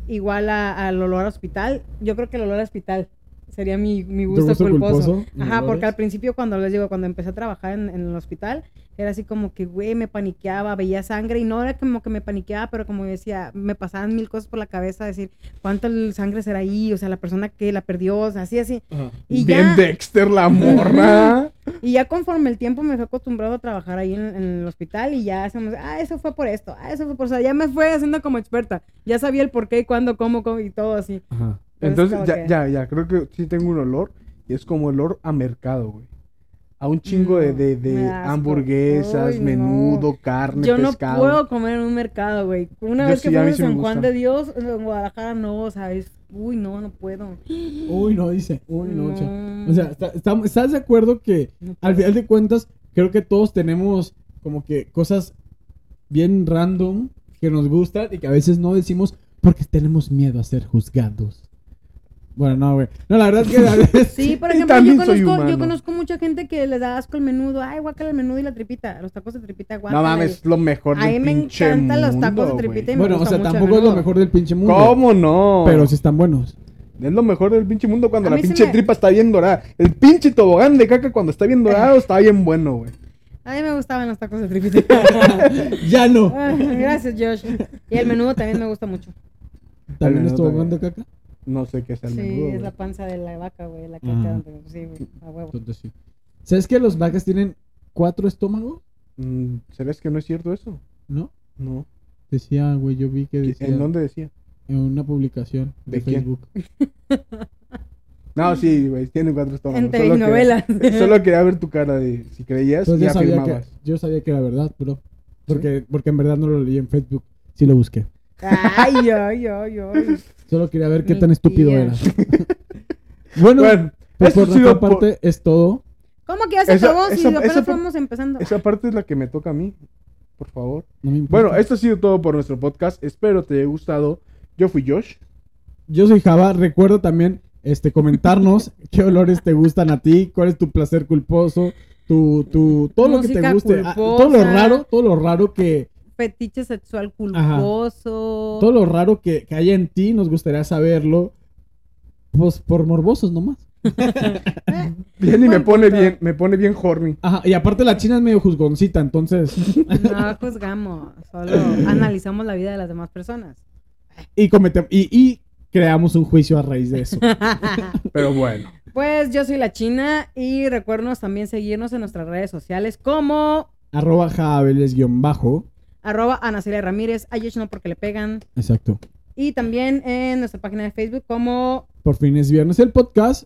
[SPEAKER 3] igual a- al olor a hospital. Yo creo que el olor a hospital sería mi, mi gusto,
[SPEAKER 2] gusto
[SPEAKER 3] culposo.
[SPEAKER 2] culposo?
[SPEAKER 3] Ajá,
[SPEAKER 2] ¿Olores?
[SPEAKER 3] porque al principio, cuando les digo, cuando empecé a trabajar en, en el hospital, era así como que, güey, me paniqueaba, veía sangre y no era como que me paniqueaba, pero como decía, me pasaban mil cosas por la cabeza, decir, ¿cuánta sangre será ahí? O sea, la persona que la perdió, o sea, así, así. Y
[SPEAKER 4] Bien
[SPEAKER 3] ya,
[SPEAKER 4] Dexter, la morra.
[SPEAKER 3] y ya conforme el tiempo me fue acostumbrado a trabajar ahí en, en el hospital y ya hacemos, ah, eso fue por esto, ah, eso fue por eso. Ya me fue haciendo como experta. Ya sabía el por qué, cuándo, cómo, cómo y todo así.
[SPEAKER 2] Ajá.
[SPEAKER 4] Entonces,
[SPEAKER 3] Pues, como
[SPEAKER 4] ya,
[SPEAKER 3] que-
[SPEAKER 4] ya, ya, creo que sí tengo un olor. Y es como olor a mercado, güey. A un chingo de,
[SPEAKER 3] No,
[SPEAKER 4] de, de
[SPEAKER 3] Mm, me da asco.
[SPEAKER 4] hamburguesas,
[SPEAKER 3] Ay, no.
[SPEAKER 4] menudo, carne,
[SPEAKER 3] Yo no
[SPEAKER 4] pescado.
[SPEAKER 3] puedo comer en un mercado, güey. Una
[SPEAKER 4] Yo
[SPEAKER 3] vez que
[SPEAKER 4] sí, a mí
[SPEAKER 3] fuimos
[SPEAKER 4] sí me
[SPEAKER 3] a San Juan
[SPEAKER 4] gusta.
[SPEAKER 3] de Dios, en Guadalajara no, o sea, es, uy, no, no puedo.
[SPEAKER 2] Uy, no, dice. Uy, no,
[SPEAKER 3] No.
[SPEAKER 2] cha- O sea, está- está- ¿estás de acuerdo que
[SPEAKER 3] Mm. No
[SPEAKER 2] al final de cuentas creo que todos tenemos como que cosas bien random que nos gustan y que a veces no decimos porque tenemos miedo a ser juzgados? Bueno, no, güey. No, la verdad es que a veces...
[SPEAKER 3] Sí, por
[SPEAKER 4] Y
[SPEAKER 3] ejemplo, yo
[SPEAKER 4] también soy
[SPEAKER 3] conozco,
[SPEAKER 4] humano.
[SPEAKER 3] yo conozco mucha gente que les da asco el menudo. Ay, guácala el menudo y la tripita. Los tacos de tripita, guácala.
[SPEAKER 4] No mames, lo mejor
[SPEAKER 3] A
[SPEAKER 4] del
[SPEAKER 3] mí me
[SPEAKER 4] pinche
[SPEAKER 3] encantan los
[SPEAKER 4] mundo,
[SPEAKER 3] tacos de
[SPEAKER 4] güey.
[SPEAKER 3] tripita y me
[SPEAKER 2] Bueno, o
[SPEAKER 3] gusta
[SPEAKER 2] sea,
[SPEAKER 3] mucho el
[SPEAKER 2] tampoco es lo
[SPEAKER 3] menudo.
[SPEAKER 2] mejor del pinche mundo.
[SPEAKER 4] ¿Cómo no?
[SPEAKER 2] Pero sí están buenos.
[SPEAKER 4] Es lo mejor del pinche mundo cuando
[SPEAKER 3] A
[SPEAKER 4] la
[SPEAKER 3] mí sí
[SPEAKER 4] pinche
[SPEAKER 3] me-
[SPEAKER 4] tripa está bien dorada. El pinche tobogán de caca cuando está bien dorado está bien bueno, güey.
[SPEAKER 3] A mí me gustaban los tacos de tripita.
[SPEAKER 2] ya no.
[SPEAKER 3] Ah, Gracias, Josh. Y el menudo también me gusta mucho.
[SPEAKER 2] También
[SPEAKER 4] no,
[SPEAKER 2] estuvo
[SPEAKER 4] también.
[SPEAKER 2] jugando caca.
[SPEAKER 4] No sé qué es el
[SPEAKER 3] sí,
[SPEAKER 4] menudo,
[SPEAKER 3] es
[SPEAKER 4] güey.
[SPEAKER 3] la panza de la vaca, güey. La
[SPEAKER 2] Ajá.
[SPEAKER 3] caca. donde- Sí, güey, a huevo.
[SPEAKER 2] Entonces sí. ¿Sabes que los vacas tienen cuatro estómagos?
[SPEAKER 4] Mm, ¿Serás que no es cierto eso?
[SPEAKER 2] ¿No?
[SPEAKER 4] No.
[SPEAKER 2] Decía, güey, yo vi que decía
[SPEAKER 4] ¿En dónde decía?
[SPEAKER 2] en una publicación de,
[SPEAKER 4] ¿De quién?
[SPEAKER 2] Facebook.
[SPEAKER 4] No, sí, güey, tiene cuatro estómagos.
[SPEAKER 3] En
[SPEAKER 4] Solo quería-
[SPEAKER 3] telenovelas.
[SPEAKER 4] Solo quería ver tu cara de si creías
[SPEAKER 2] Pues
[SPEAKER 4] y
[SPEAKER 2] yo sabía, que,
[SPEAKER 4] afirmabas.
[SPEAKER 2] yo sabía que era verdad, pero porque, porque en verdad no lo leí en Facebook, sí lo busqué.
[SPEAKER 3] Ay, ay, ay, ay.
[SPEAKER 2] Solo quería ver qué
[SPEAKER 3] Mi
[SPEAKER 2] tan estúpido
[SPEAKER 3] tía.
[SPEAKER 2] era. bueno,
[SPEAKER 4] Bueno,
[SPEAKER 2] pues
[SPEAKER 4] eso
[SPEAKER 2] por
[SPEAKER 4] ha sido
[SPEAKER 2] nuestra
[SPEAKER 4] por-
[SPEAKER 2] parte es todo.
[SPEAKER 3] ¿Cómo que ya se
[SPEAKER 4] Esa-
[SPEAKER 3] acabó? Si
[SPEAKER 4] esa-
[SPEAKER 3] apenas
[SPEAKER 4] esa por-
[SPEAKER 3] vamos empezando.
[SPEAKER 4] Esa parte es la que me toca a mí. Por favor.
[SPEAKER 2] No me importa.
[SPEAKER 4] Bueno, esto ha sido todo por nuestro podcast. Espero te haya gustado. Yo fui Josh.
[SPEAKER 2] Yo soy Java, recuerdo también este, comentarnos qué olores te gustan a ti, cuál es tu placer culposo, tu, tu, todo lo que te
[SPEAKER 3] Música
[SPEAKER 2] guste, ah, todo lo
[SPEAKER 3] culposa.
[SPEAKER 2] raro, todo lo raro que,
[SPEAKER 3] Fetiche sexual culposo.
[SPEAKER 2] todo lo raro que, que haya en ti, nos gustaría saberlo, pues por morbosos nomás.
[SPEAKER 3] Eh,
[SPEAKER 4] Bien, y me
[SPEAKER 3] Buen
[SPEAKER 4] pone
[SPEAKER 3] punto.
[SPEAKER 4] bien, me pone bien horny.
[SPEAKER 2] Ajá, y aparte la china es medio juzgoncita, entonces,
[SPEAKER 3] No juzgamos, solo analizamos la vida de las demás personas.
[SPEAKER 2] y cometemos, y, y creamos un juicio a raíz de eso.
[SPEAKER 4] Pero bueno.
[SPEAKER 3] Pues yo soy la China y recuérdenos también seguirnos en nuestras redes sociales como
[SPEAKER 2] Arroba jabeles guión bajo.
[SPEAKER 3] arroba Anacelia Ramírez, a Yosh no porque le pegan,
[SPEAKER 2] Exacto.
[SPEAKER 3] y también en nuestra página de Facebook como
[SPEAKER 2] Por fin es viernes el podcast.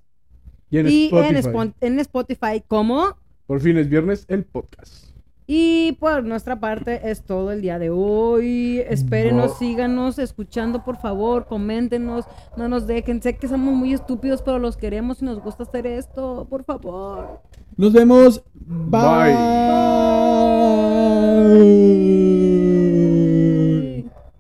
[SPEAKER 4] Y en
[SPEAKER 3] y
[SPEAKER 4] Spotify.
[SPEAKER 3] En, Spon- en Spotify como
[SPEAKER 4] Por fin es viernes el podcast.
[SPEAKER 3] y por nuestra parte es todo el día de hoy. Espérenos, síganos escuchando, por favor, coméntenos, no nos dejen. Sé que somos muy estúpidos, pero los queremos y nos gusta hacer esto, por favor.
[SPEAKER 2] Nos vemos. Bye.
[SPEAKER 4] Bye.
[SPEAKER 2] Bye.